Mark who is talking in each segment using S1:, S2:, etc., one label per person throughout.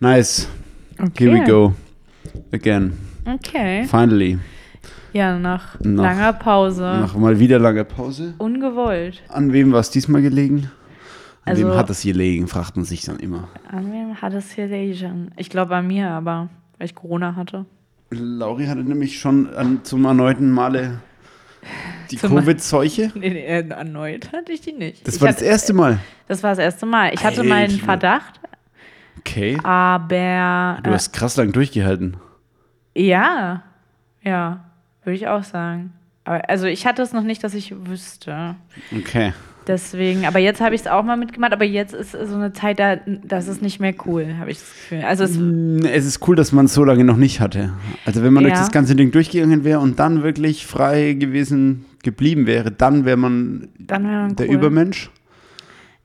S1: Nice.
S2: Okay.
S1: Here we go. Again.
S2: Okay.
S1: Finally.
S2: Ja, nach,
S1: Nach-
S2: langer Pause.
S1: Nach mal wieder langer Pause.
S2: Ungewollt.
S1: An wem war es diesmal gelegen? An
S2: Also-
S1: wem hat es gelegen, fragt man sich dann immer.
S2: An wem hat es hier gelegen? Ich glaube an mir, aber weil ich Corona hatte.
S1: Lauri hatte nämlich schon an, zum erneuten Male die
S2: Zum-
S1: Covid-Seuche.
S2: Nee, nee, äh, erneut hatte ich die nicht.
S1: Das
S2: ich
S1: war
S2: hatte,
S1: das erste Mal.
S2: das war das erste Mal. Ich hatte
S1: Alter.
S2: mal einen Verdacht,
S1: Okay.
S2: Ah, aber
S1: Du hast krass lang durchgehalten.
S2: äh, ja, ja, würde ich auch sagen. Aber, also ich hatte es noch nicht, dass ich wüsste.
S1: Okay.
S2: Deswegen, aber jetzt habe ich es auch mal mitgemacht, aber jetzt ist so eine Zeit, da das ist nicht mehr cool, habe ich das Gefühl. Also es,
S1: Hm, Es ist cool, dass man es so lange noch nicht hatte. Also wenn man durch
S2: Ja.
S1: das ganze Ding durchgegangen wäre und dann wirklich frei gewesen geblieben wäre, dann wäre man
S2: dann wäre man
S1: der
S2: Ah, cool.
S1: Übermensch.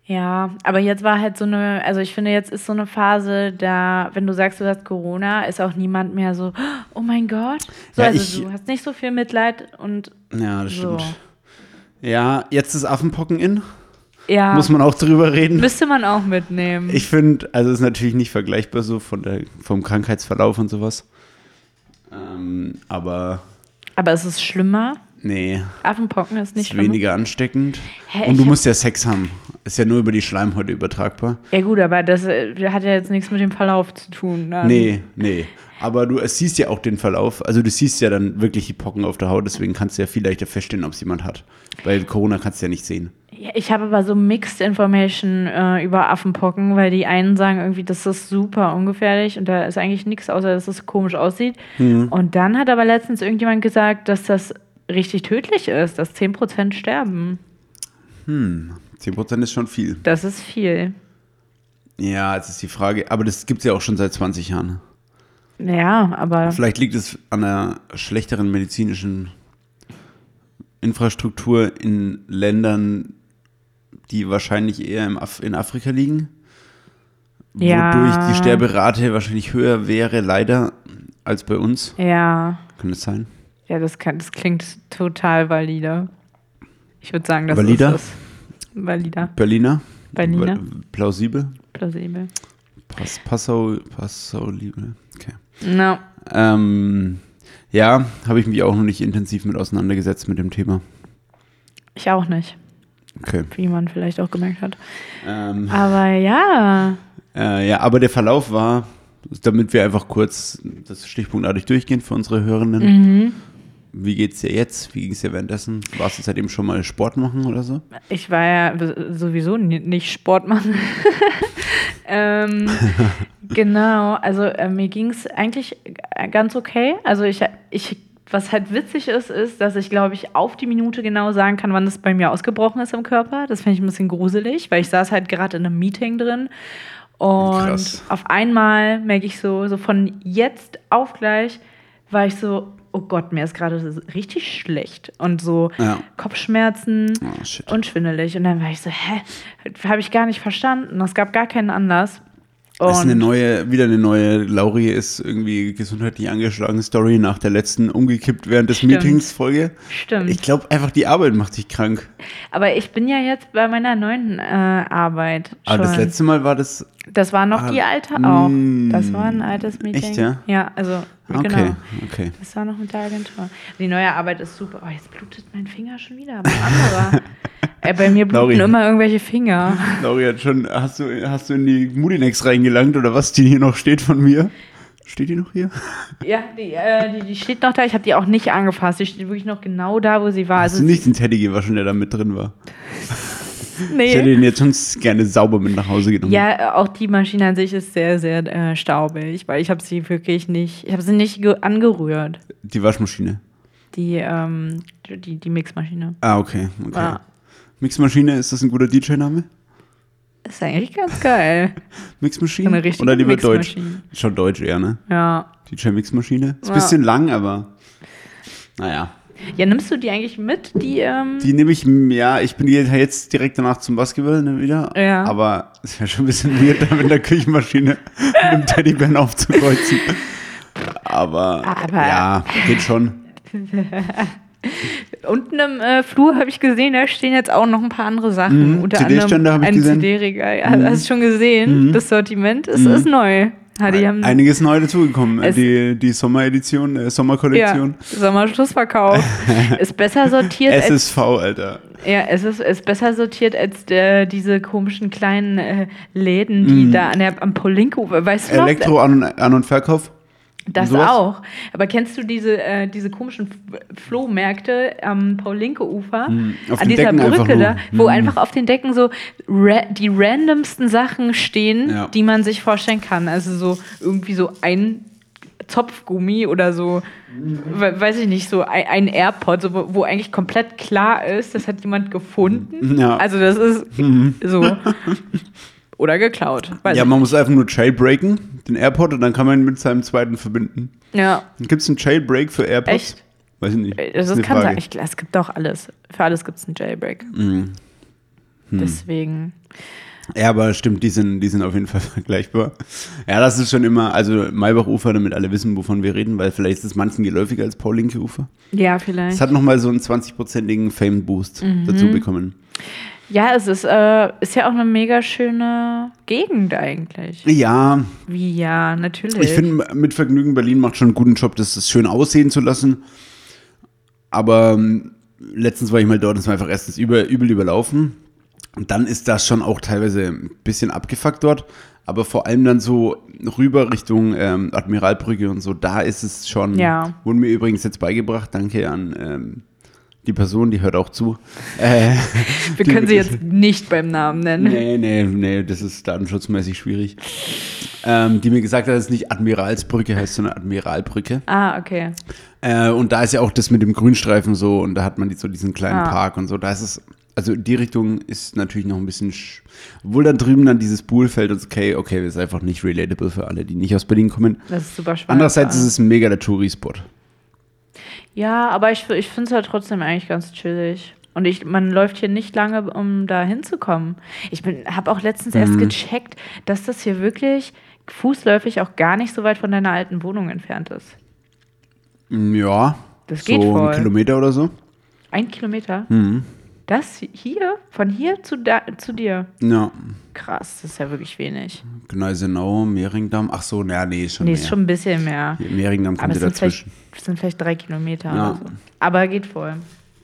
S2: Ja, aber jetzt war halt so eine, also ich finde, jetzt ist so eine Phase, da, wenn du sagst, du hast Corona, ist auch niemand mehr so, oh mein Gott. So,
S1: Ja,
S2: also
S1: ich-
S2: du hast nicht so viel Mitleid und
S1: Ja, das
S2: So.
S1: stimmt. Ja, jetzt ist Affenpocken in.
S2: ja,
S1: Muss man auch drüber reden.
S2: müsste man auch mitnehmen.
S1: Ich finde, also ist natürlich nicht vergleichbar so von der, vom Krankheitsverlauf und sowas. Ähm, aber
S2: aber es ist schlimmer.
S1: nee,
S2: Affenpocken ist nicht
S1: ist
S2: schlimmer.
S1: weniger ansteckend.
S2: Hä,
S1: und du
S2: ich
S1: musst ja Sex haben. Ist ja nur über die Schleimhäute übertragbar.
S2: Ja gut, aber das äh, hat ja jetzt nichts mit dem Verlauf zu tun. dann.
S1: Nee, nee. Aber du es siehst ja auch den Verlauf. Also du siehst ja dann wirklich die Pocken auf der Haut, deswegen kannst du ja viel leichter feststellen, ob es jemand hat. Weil Corona kannst du ja nicht sehen.
S2: Ja, Ich habe aber so Mixed Information äh, über Affenpocken, weil die einen sagen irgendwie, das ist super ungefährlich und da ist eigentlich nichts, außer dass es komisch aussieht. Und dann hat aber letztens irgendjemand gesagt, dass das richtig tödlich ist, dass 10% sterben.
S1: 10% ist schon viel.
S2: Das ist viel.
S1: Ja, jetzt ist die Frage. Aber das gibt es ja auch schon seit 20 Jahren. ne?
S2: Ja, aber
S1: Vielleicht liegt es an einer schlechteren medizinischen Infrastruktur in Ländern, die wahrscheinlich eher im Af in Afrika liegen.
S2: Ja.
S1: Wodurch die Sterberate wahrscheinlich höher wäre, leider, als bei uns.
S2: ja,
S1: Kann das sein?
S2: ja das, kann, das klingt total valide. Ich würde sagen, das
S1: Valider?
S2: ist es. Valider,
S1: Berliner?
S2: Berliner.
S1: W- Plausibel?
S2: plausibel.
S1: Pass, Passau, Passau, Liebe. Okay.
S2: No.
S1: Ähm, ja, habe ich mich auch noch nicht intensiv mit auseinandergesetzt mit dem Thema.
S2: Ich auch nicht,
S1: Okay.
S2: wie man vielleicht auch gemerkt hat.
S1: Ähm,
S2: Aber ja,
S1: Äh, ja, aber der Verlauf war, damit wir einfach kurz das stichpunktartig durchgehen für unsere Hörenden.
S2: Mhm.
S1: Wie geht's dir jetzt? Wie ging's dir währenddessen? Warst du seitdem schon mal Sport machen oder so?
S2: Ich war ja w- sowieso ni- nicht Sport machen. ähm, genau, also äh, mir ging es eigentlich g- ganz okay. Also ich, ich, was halt witzig ist, ist, dass ich glaube ich auf die Minute genau sagen kann, wann es bei mir ausgebrochen ist im Körper. Das finde ich ein bisschen gruselig, weil ich saß halt gerade in einem Meeting drin. Und
S1: Krass.
S2: auf einmal merke ich so, so von jetzt auf gleich war ich so, oh Gott, mir ist gerade so richtig schlecht. Und so
S1: Ja.
S2: Kopfschmerzen
S1: Oh, shit.
S2: und schwindelig. Und dann war ich so, hä? Habe ich gar nicht verstanden. Es gab gar keinen Anlass.
S1: Das ist eine
S2: Und
S1: neue, wieder eine neue, Lauri ist irgendwie gesundheitlich angeschlagen, Story nach der letzten umgekippt während des
S2: Stimmt.
S1: Meetings-Folge.
S2: Stimmt.
S1: Ich glaube einfach, die Arbeit macht dich krank.
S2: Aber ich bin ja jetzt bei meiner neuen äh, Arbeit. Schon.
S1: Aber Ah, das letzte Mal war das,
S2: das war noch
S1: Ah,
S2: die alte auch.
S1: mm,
S2: Das war ein altes Meeting.
S1: echt, ja? Ah,
S2: Ja, also
S1: okay,
S2: genau.
S1: okay.
S2: Das war noch mit der Agentur. Die neue Arbeit ist super. Oh, jetzt blutet mein Finger schon wieder. Aber anderer. Ey, bei mir bluten
S1: Lauri.
S2: immer irgendwelche Finger.
S1: Lauri hat schon, hast du, hast du in die Moodinex reingelangt oder was, die hier noch steht von mir? Steht die noch hier?
S2: Ja, die, äh, die, die steht noch da. Ich habe die auch nicht angefasst. Die steht wirklich noch genau da, wo sie war.
S1: Hast du nicht den Teddy gewaschen, der da mit drin war? Ich hätte
S2: nee.
S1: ihn jetzt sonst gerne sauber mit nach Hause genommen.
S2: Ja, äh, auch die Maschine an sich ist sehr, sehr äh, staubig, weil ich habe sie wirklich nicht, ich habe sie nicht ge- angerührt,
S1: Die Waschmaschine.
S2: die, ähm, die, die Mixmaschine.
S1: Ah, okay. okay.
S2: Ja.
S1: Mixmaschine, ist das ein guter DJ-Name?
S2: Ist eigentlich ganz geil.
S1: Mixmaschine?
S2: Eine richtige
S1: Oder lieber
S2: Mixmaschine.
S1: Deutsch? Schon Deutsch eher, ne?
S2: Ja.
S1: DJ-Mixmaschine. Ist ein
S2: Ja.
S1: bisschen lang, aber naja.
S2: Ja, nimmst du die eigentlich mit, die, ähm,
S1: Die nehme ich, ja, ich bin jetzt direkt danach zum Basketball ne, wieder.
S2: Ja.
S1: Aber es wäre schon ein bisschen weird, da mit der Küchenmaschine mit dem Teddybären aufzukreuzen. Aber,
S2: Aber-
S1: ja, geht schon.
S2: unten im äh, Flur habe ich gesehen, da stehen jetzt auch noch ein paar andere Sachen.
S1: Mhm,
S2: Unter
S1: CD-Stände
S2: anderem
S1: habe ich Mhm.
S2: ein
S1: gesehen. Mhm.
S2: CD-Regal. Hast du schon gesehen? Das Sortiment ist, ist neu. Ja, die haben
S1: Einiges neu dazugekommen.
S2: Es-
S1: Die, die Sommeredition, äh,
S2: ja,
S1: Sommerkollektion.
S2: Sommerschlussverkauf. ist besser sortiert als
S1: SSV, Alter.
S2: Ja, es ist, ist besser sortiert als der, diese komischen kleinen äh, Läden, die da an der, am Polinko, weißt du noch?
S1: Mhm. Elektro an, an und Verkauf.
S2: das
S1: sowas?
S2: auch. Aber kennst du diese, äh, diese komischen F- Flohmärkte am Paulinke-Ufer?
S1: Mhm. auf
S2: an
S1: den
S2: dieser
S1: Decken einfach
S2: Brücke
S1: nur.
S2: da, wo
S1: Mm.
S2: einfach auf den Decken so ra die randomsten Sachen stehen,
S1: Ja.
S2: die man sich vorstellen kann. Also so irgendwie so ein Zopfgummi oder so, we- weiß ich nicht, so ein, ein AirPod, so, wo, wo eigentlich komplett klar ist, das hat jemand gefunden.
S1: Ja. Mhm.
S2: Also das ist so. Oder geklaut. Weiß
S1: Ja,
S2: ja,
S1: man muss einfach nur jailbreaken, den AirPod, und dann kann man ihn mit seinem zweiten verbinden.
S2: ja.
S1: Gibt es einen Jailbreak für AirPods?
S2: Echt?
S1: Weiß ich nicht.
S2: Also
S1: Ist
S2: das
S1: eine
S2: kann
S1: Frage. Mhm.
S2: sein. Ich, es gibt doch alles. Für alles gibt es einen Jailbreak.
S1: Hm.
S2: Deswegen.
S1: Ja, aber stimmt, die sind, die sind auf jeden Fall vergleichbar. Ja, das ist schon immer, also Maybach-Ufer, damit alle wissen, wovon wir reden, weil vielleicht ist es manchen geläufiger als Paul-Linke-Ufer.
S2: Ja, vielleicht.
S1: Es hat nochmal so einen 20-prozentigen Fame-Boost
S2: Mhm.
S1: dazu bekommen.
S2: Ja, es ist, äh, ist ja auch eine mega schöne Gegend eigentlich.
S1: Ja,
S2: Wie ja, natürlich.
S1: ich finde, mit Vergnügen Berlin macht schon einen guten Job, das, das schön aussehen zu lassen. Aber ähm, letztens war ich mal dort und es war einfach erstens über, übel überlaufen. Und dann ist das schon auch teilweise ein bisschen abgefuckt dort. Aber vor allem dann so rüber Richtung ähm, Admiralbrücke und so, da ist es schon.
S2: Ja.
S1: Wurde mir übrigens jetzt beigebracht. Danke an ähm, die Person, die hört auch zu. Äh,
S2: wir
S1: die-
S2: können sie jetzt nicht beim Namen nennen.
S1: Nee, nee, nee, das ist datenschutzmäßig schwierig. Ähm, die mir gesagt hat, dass es nicht Admiralsbrücke heißt, sondern Admiralbrücke.
S2: Ah, okay.
S1: Äh, und da ist ja auch das mit dem Grünstreifen so und da hat man die, so diesen kleinen
S2: Ah.
S1: Park und so. Da ist es, also die Richtung ist natürlich noch ein bisschen, sch obwohl da drüben dann dieses Buhlfeld und okay, okay, ist einfach nicht relatable für alle, die nicht aus Berlin kommen.
S2: Das ist super spannend.
S1: Andererseits ist es ein mega der Touri-Spot.
S2: Ja, aber ich, ich finde es ja trotzdem eigentlich ganz chillig. Und ich, man läuft hier nicht lange, um da hinzukommen. Ich habe auch letztens erst
S1: Mhm.
S2: gecheckt, dass das hier wirklich fußläufig auch gar nicht so weit von deiner alten Wohnung entfernt ist.
S1: Mm, Ja,
S2: Das
S1: so
S2: geht voll.
S1: ein Mhm. Kilometer oder so.
S2: Ein Kilometer? Das hier, von hier zu, da, zu dir.
S1: Ja, genau,
S2: Krass, das ist ja wirklich wenig.
S1: Gneisenau, Mehringdamm. Ach so, na, nee, schon
S2: Nee,
S1: mehr.
S2: ist schon ein bisschen mehr.
S1: Mehringdamm
S2: Aber
S1: kommt
S2: es
S1: ja
S2: sind vielleicht,
S1: dazwischen.
S2: es sind vielleicht drei Kilometer
S1: Ja.
S2: oder so. Aber geht voll.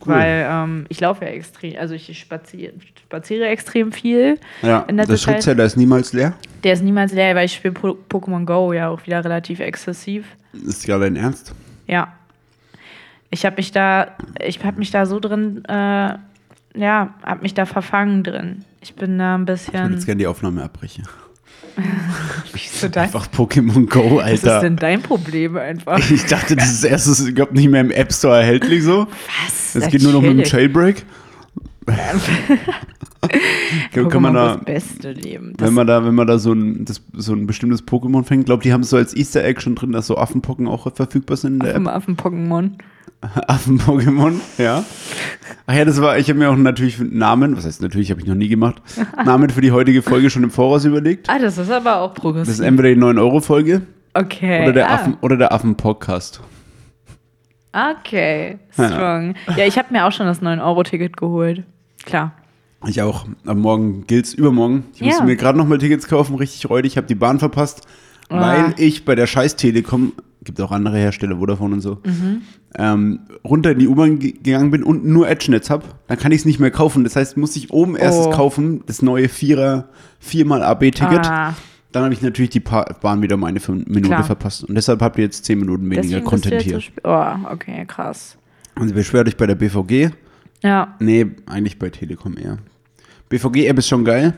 S1: Cool.
S2: Weil ähm, ich laufe ja extrem, also ich spaziere, spaziere extrem viel.
S1: Ja,
S2: in der
S1: das
S2: Zeit.
S1: Schrittzeller ist niemals leer.
S2: Der ist niemals leer, weil ich spiele po Pokémon Go ja auch wieder relativ exzessiv.
S1: Ist ja dein Ernst?
S2: Ja. Ich habe mich da, ich habe mich da so drin, äh, ja, habe mich da verfangen drin. Ich bin da ein
S1: Ich würde
S2: bisschen.
S1: jetzt gerne die Aufnahme abbrechen.
S2: Wieso das?
S1: Einfach Pokémon Go,
S2: Was ist
S1: Alter.
S2: denn dein Problem einfach?
S1: Ich dachte, das ist erstes, ich glaube, nicht mehr im App Store erhältlich so.
S2: Was?
S1: Es geht nur noch mit dem Jailbreak. Kann kann man da,
S2: Das beste Leben. Das
S1: wenn man da, wenn man da so ein, das, so ein bestimmtes Pokémon fängt, glaube die haben es so als Easter Egg schon drin, dass so Affenpocken auch verfügbar sind in der
S2: vom
S1: App.
S2: Affen-Pokémon.
S1: Affen-Pokémon, ja. Ach ja, das war, ich habe mir auch natürlich einen Namen, was heißt natürlich, habe ich noch nie gemacht, Namen für die heutige Folge schon im Voraus überlegt.
S2: Ah, das ist aber auch
S1: Das ist
S2: progressiv.
S1: entweder die 9-Euro-Folge
S2: Okay.
S1: oder der
S2: ah.
S1: Affen- oder der Affen-Podcast.
S2: Okay,
S1: Ja.
S2: strong. Ja, ich habe mir auch schon das 9-Euro-Ticket geholt. Klar.
S1: Ich auch. Am Morgen gilt's übermorgen. Ich
S2: Ja.
S1: musste mir gerade nochmal Tickets kaufen, richtig räudig. Ich habe die Bahn verpasst,
S2: Ah.
S1: weil ich bei der Scheiß Telekom, gibt auch andere Hersteller, Vodafone und so,
S2: Mhm.
S1: ähm, runter in die U-Bahn ge- gegangen bin und nur Edge-Netz hab. Dann kann ich's nicht mehr kaufen. Das heißt, muss ich oben erstes
S2: Oh.
S1: kaufen, das neue Vierer, viermal AB-Ticket.
S2: Ah,
S1: Dann habe ich natürlich die pa Bahn wieder um eine fünf- Minute
S2: Klar.
S1: verpasst. Und deshalb habt ihr jetzt zehn Minuten weniger
S2: deswegen bist du
S1: Content
S2: jetzt so
S1: hier.
S2: spät. Oh, okay, krass.
S1: Also beschwert euch bei der BVG.
S2: Ja,
S1: Nee, eigentlich bei Telekom eher. BVG-App ist schon geil,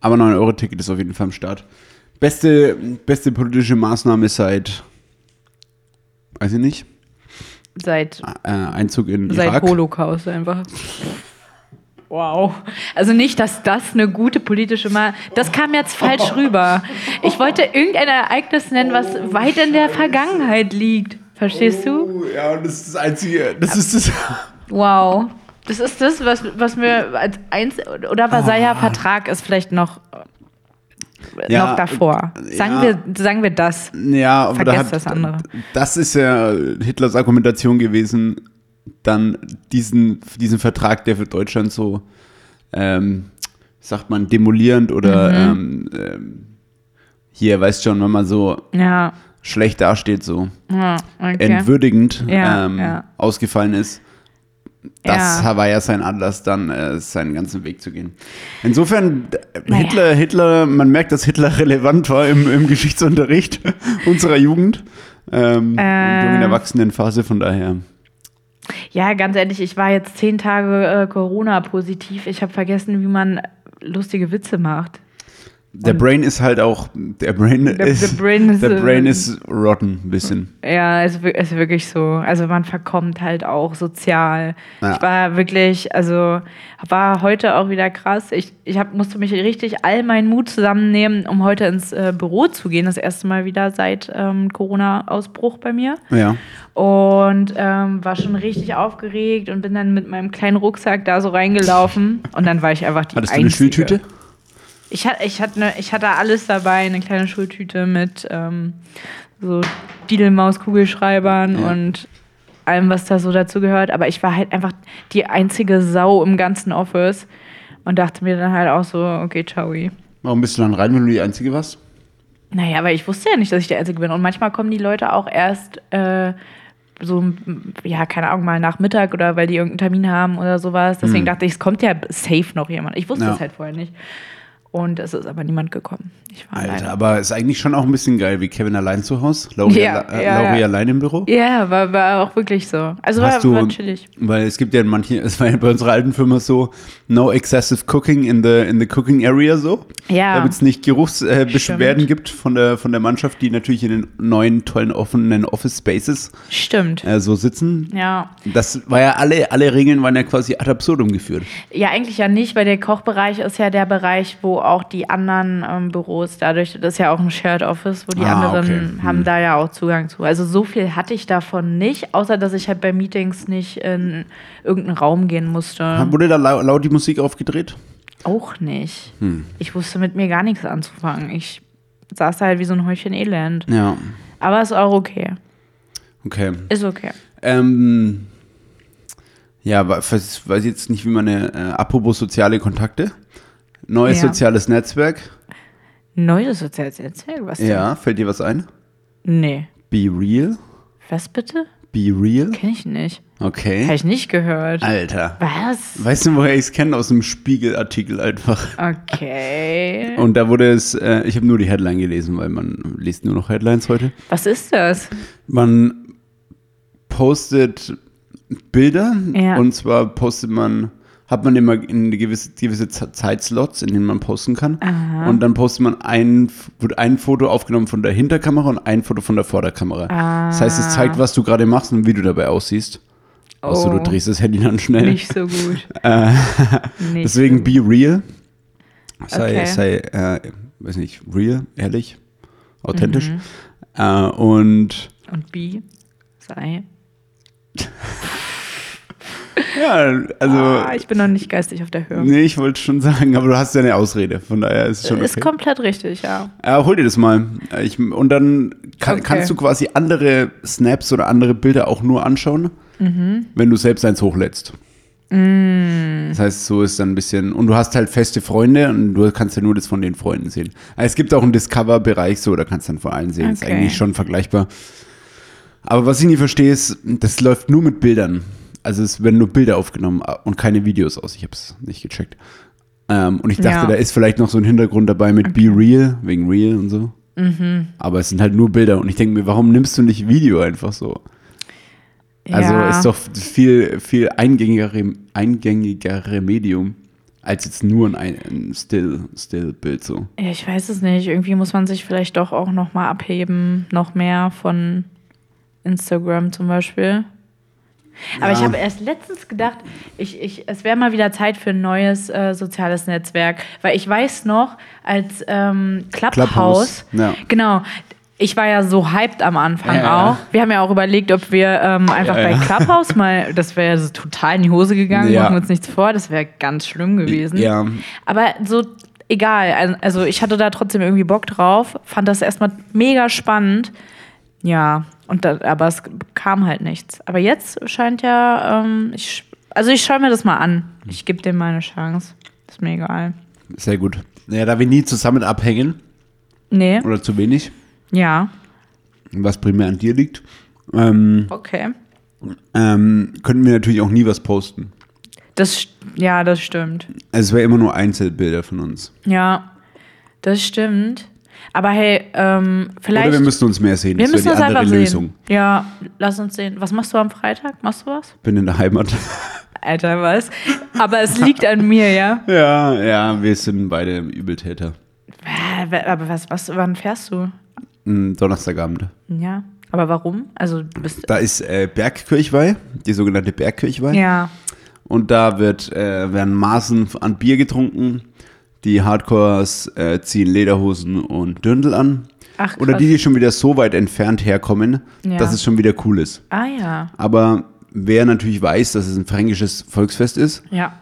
S1: aber 9-Euro-Ticket ist auf jeden Fall am Start. Beste, beste politische Maßnahme ist seit, weiß ich nicht,
S2: seit,
S1: äh, Einzug in
S2: seit
S1: Irak.
S2: Holocaust einfach. Wow. Also nicht, dass das eine gute politische Ma Das kam jetzt falsch rüber. Ich wollte irgendein Ereignis nennen, was weit in der Vergangenheit liegt. Verstehst
S1: Oh,
S2: du?
S1: ja, und das ist das Einzige, das ist das,
S2: Wow. Das ist das, was, was mir als eins
S1: Ah.
S2: oder Versailler Vertrag ist vielleicht noch,
S1: Ja,
S2: noch davor.
S1: äh,
S2: Sagen,
S1: ja.
S2: wir, sagen wir das.
S1: ja, aber da
S2: Vergesst
S1: hat,
S2: das andere.
S1: das ist ja Hitlers Argumentation gewesen, dann diesen, diesen Vertrag, der für Deutschland so,
S2: Mhm.
S1: ähm, sagt man, demolierend oder ähm, ähm, hier, weißt schon, wenn man so
S2: Ja,
S1: schlecht dasteht, so
S2: ja, okay.
S1: entwürdigend
S2: Ja,
S1: ähm,
S2: ja.
S1: ausgefallen ist. Das
S2: Ja.
S1: war ja sein Anlass, dann äh, seinen ganzen Weg zu gehen. Insofern, d-
S2: Naja.
S1: Hitler, Hitler, man merkt, dass Hitler relevant war im, im Geschichtsunterricht unserer Jugend. Ähm, und in
S2: Ähm.
S1: der Erwachsenenphase, von daher.
S2: Ja, ganz ehrlich, ich war jetzt zehn Tage äh, Corona-positiv. Ich habe vergessen, wie man lustige Witze macht.
S1: Der Brain ist halt auch, der Brain
S2: Der-
S1: ist,
S2: der Brain ist,
S1: der Brain
S2: äh,
S1: ist rotten, ein bisschen.
S2: Ja, es wi- ist wirklich so. Also man verkommt halt auch sozial.
S1: Ja.
S2: Ich war wirklich, also war heute auch wieder krass. Ich, ich hab, musste mich richtig all meinen Mut zusammennehmen, um heute ins äh, Büro zu gehen. Das erste Mal wieder seit ähm, Corona-Ausbruch bei mir.
S1: Ja.
S2: Und ähm, war schon richtig aufgeregt und bin dann mit meinem kleinen Rucksack da so reingelaufen. Und dann war ich einfach die
S1: Hattest du eine
S2: Einzige.
S1: Schultüte?
S2: Ich hatte, ich, hatte ne, ich hatte alles dabei, eine kleine Schultüte mit ähm, so Didelmaus-Kugelschreibern
S1: Ja.
S2: und allem, was da so dazu gehört. Aber ich war halt einfach die einzige Sau im ganzen Office und dachte mir dann halt auch so, okay, ciao.
S1: Warum bist du dann rein, wenn du die Einzige warst?
S2: Naja, aber ich wusste ja nicht, dass ich die Einzige bin. Und manchmal kommen die Leute auch erst äh, so, m, ja, keine Ahnung, mal nach Mittag oder weil die irgendeinen Termin haben oder sowas. Deswegen dachte ich, es kommt ja safe noch jemand. Ich wusste
S1: Hm. Ja.
S2: es halt vorher nicht. Und es ist aber niemand gekommen. Ich war alleine.
S1: Alter, aber ist eigentlich schon auch ein bisschen geil, wie Kevin allein zu Hause, Lauri,
S2: Ja,
S1: alle- äh,
S2: ja,
S1: Lauri
S2: ja.
S1: allein im Büro.
S2: Ja, war, war auch wirklich so. Also war,
S1: Hast du,
S2: war chillig.
S1: weil es gibt ja in manchen, es war ja bei unserer alten Firma so, no excessive cooking in the, in the cooking area so,
S2: Ja.
S1: damit es nicht Geruchsbeschwerden äh, Beschwerden
S2: Stimmt.
S1: gibt von der, von der Mannschaft, die natürlich in den neuen, tollen, offenen Office Spaces
S2: Stimmt.
S1: äh, so sitzen.
S2: Ja.
S1: Das war ja alle, alle Regeln waren ja quasi ad absurdum geführt.
S2: ja, eigentlich ja nicht, weil der Kochbereich ist ja der Bereich, wo auch die anderen ähm, Büros, dadurch, das ist ja auch ein Shared Office, wo die
S1: Ah,
S2: anderen
S1: okay. Hm.
S2: haben da ja auch Zugang zu. Also so viel hatte ich davon nicht, außer dass ich halt bei Meetings nicht in irgendeinen Raum gehen musste.
S1: Wurde da lau laut die Musik aufgedreht?
S2: Auch nicht.
S1: Hm.
S2: Ich wusste mit mir gar nichts anzufangen. Ich saß da halt wie so ein Häufchen Elend.
S1: Ja,
S2: Aber ist auch okay.
S1: okay.
S2: Ist okay.
S1: Ähm, ja, wa- weiß, weiß jetzt nicht, wie man eine, äh, apropos soziale Kontakte, neues
S2: Ja.
S1: soziales Netzwerk.
S2: Neues soziales Netzwerk, was denn?
S1: Ja, fällt dir was ein?
S2: Nee.
S1: Be real?
S2: Was bitte?
S1: Be real?
S2: Kenn ich nicht. Habe
S1: Okay.
S2: ich nicht gehört.
S1: Alter.
S2: Was?
S1: Weißt du, woher ich es kenne? Aus dem Spiegelartikel einfach.
S2: Okay.
S1: Und da wurde es, äh, ich habe nur die Headline gelesen, weil man liest nur noch Headlines heute.
S2: Was ist das?
S1: Man postet Bilder
S2: Ja.
S1: und zwar postet man, hat man immer in gewisse, gewisse Z- Zeitslots, in denen man posten kann.
S2: Aha.
S1: Und dann postet man ein, wird ein Foto aufgenommen von der Hinterkamera und ein Foto von der Vorderkamera. Das heißt, es zeigt, was du gerade machst und wie du dabei aussiehst. Außer
S2: Ah. Oh.
S1: du drehst das Handy dann schnell.
S2: Nicht so gut. nicht
S1: Äh, Deswegen
S2: so.
S1: be real. Sei,
S2: Okay.
S1: sei äh, weiß nicht, real, ehrlich, authentisch.
S2: Mhm.
S1: Äh, und
S2: gut. Und B. Sei.
S1: ja, also.
S2: ah, ich bin noch nicht geistig auf der Höhe.
S1: Nee, ich wollte schon sagen, aber du hast ja eine Ausrede, von daher ist es schon
S2: Ist
S1: okay.
S2: komplett richtig, ja.
S1: Äh, hol dir das mal. Äh, Ich, und dann kann,
S2: Okay.
S1: kannst du quasi andere Snaps oder andere Bilder auch nur anschauen,
S2: Mhm.
S1: wenn du selbst eins hochlädst.
S2: Mm.
S1: Das heißt, so ist dann ein bisschen. Und du hast halt feste Freunde und du kannst ja nur das von den Freunden sehen. Äh, Es gibt auch einen Discover-Bereich, so, da kannst du dann vor allen sehen. Ist
S2: Okay.
S1: eigentlich schon vergleichbar. Aber was ich nie verstehe, ist, das läuft nur mit Bildern. Also es werden nur Bilder aufgenommen äh, und keine Videos aus. Ich habe es nicht gecheckt. Ähm, und ich dachte,
S2: Ja.
S1: da ist vielleicht noch so ein Hintergrund dabei mit Be Real, wegen Real und so.
S2: Mhm.
S1: Aber es sind halt nur Bilder und ich denke mir, warum nimmst du nicht Video einfach so? Also
S2: ja.
S1: ist doch viel, viel eingängigere, eingängigere Medium als jetzt nur ein, ein Still, Still-Bild so.
S2: Ja, ich weiß es nicht. Irgendwie muss man sich vielleicht doch auch noch mal abheben, noch mehr von Instagram zum Beispiel. Aber ich
S1: Ja.
S2: habe erst letztens gedacht, ich, ich, es wäre mal wieder Zeit für ein neues äh, soziales Netzwerk. Weil ich weiß noch, als ähm, Clubhouse,
S1: Clubhouse, ja.
S2: genau, ich war ja so hyped am Anfang
S1: Ja, ja.
S2: auch. Wir haben ja auch überlegt, ob wir ähm, einfach
S1: Ja,
S2: bei
S1: ja.
S2: Clubhouse mal, das wäre ja so total in die Hose gegangen,
S1: Ja.
S2: machen wir uns nichts vor, das wäre ganz schlimm gewesen.
S1: Ja.
S2: Aber so egal. Al- Also ich hatte da trotzdem irgendwie Bock drauf, fand das erstmal mega spannend. Ja, und da, aber es kam halt nichts. Aber jetzt scheint ja, ähm, ich, also ich schaue mir das mal an. Ich gebe dem mal eine Chance. Ist mir egal.
S1: Sehr gut. Naja, da wir nie zusammen abhängen,
S2: Nee.
S1: oder zu wenig,
S2: Ja.
S1: was primär an dir liegt, ähm,
S2: Okay.
S1: ähm, könnten wir natürlich auch nie was posten.
S2: Das, st- ja, das stimmt.
S1: Also es wäre immer nur Einzelbilder von uns.
S2: Ja, das stimmt. Aber hey, ähm, vielleicht.
S1: Oder wir müssen uns mehr sehen.
S2: wir
S1: das
S2: müssen
S1: wäre
S2: das
S1: die andere
S2: einfach
S1: Lösung.
S2: sehen. Ja, lass uns sehen. Was machst du am Freitag? Machst du was?
S1: Bin in der Heimat.
S2: Alter, was? Aber es liegt an mir, ja.
S1: ja, ja, wir sind beide Übeltäter.
S2: Äh, wa- Aber was, was, wann fährst du?
S1: Mm, Donnerstagabend.
S2: Ja. Aber warum? Also, du bist.
S1: Da ist äh, Bergkirchweih, die sogenannte Bergkirchweih.
S2: Ja.
S1: Und da wird, äh, werden Maßen an Bier getrunken. Die Hardcores äh, ziehen Lederhosen und Dirndl an.
S2: Ach, krass.
S1: Oder die, die schon wieder so weit entfernt herkommen,
S2: Ja.
S1: dass es schon wieder cool ist.
S2: Ah, ja.
S1: Aber wer natürlich weiß, dass es ein fränkisches Volksfest ist,
S2: Ja.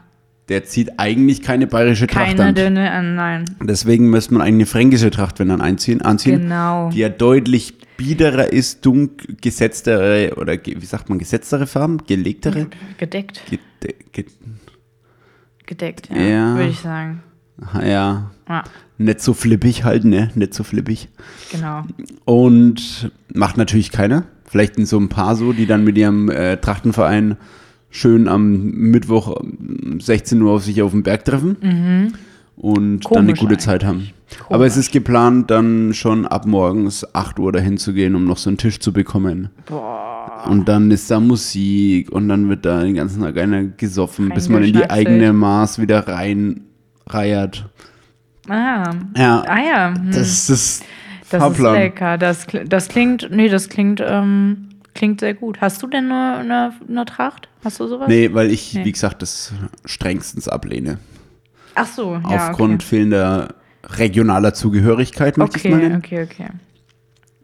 S1: der zieht eigentlich keine bayerische Tracht
S2: Keine
S1: an.
S2: dünne, äh, nein.
S1: Deswegen müsste man eine fränkische Tracht, wenn dann einziehen, anziehen,
S2: Genau.
S1: die ja deutlich biederer ist, dunkel, gesetztere oder ge, wie sagt man, gesetztere Farben,
S2: Mhm.
S1: gelegtere,
S2: Gedeckt.
S1: Gede- ge,
S2: Gedeckt, ja.
S1: Ja.
S2: Würde ich sagen.
S1: ja,
S2: Ja,
S1: nicht so flippig halt, ne, nicht so flippig.
S2: genau.
S1: Und macht natürlich keiner. Vielleicht sind so ein paar so, die dann mit ihrem äh, Trachtenverein schön am Mittwoch um 16 Uhr auf sich auf dem Berg treffen und dann eine
S2: Mhm. Komisch
S1: gute
S2: eigentlich.
S1: Zeit haben. Aber es
S2: Komisch.
S1: ist geplant, dann schon ab morgens 8 Uhr dahin zu gehen, um noch so einen Tisch zu bekommen. Und dann ist da Musik und dann wird da den ganzen Tag einer gesoffen, bis man in die
S2: Reingeschnackselt.
S1: eigene Maß wieder reinreiert.
S2: Ah,
S1: Ja,
S2: ah ja. Hm. Das,
S1: das ist
S2: ist lecker. Das, kli- das klingt, nee, das klingt, ähm, klingt sehr gut. Hast du denn eine, eine, eine Tracht? Hast du sowas?
S1: Nee, weil ich,
S2: Nee.
S1: wie gesagt, das strengstens ablehne.
S2: Ach so, ja,
S1: Aufgrund fehlender regionaler Zugehörigkeit, möchte ich
S2: Okay.
S1: es mal
S2: Okay,
S1: nennen.
S2: okay, okay.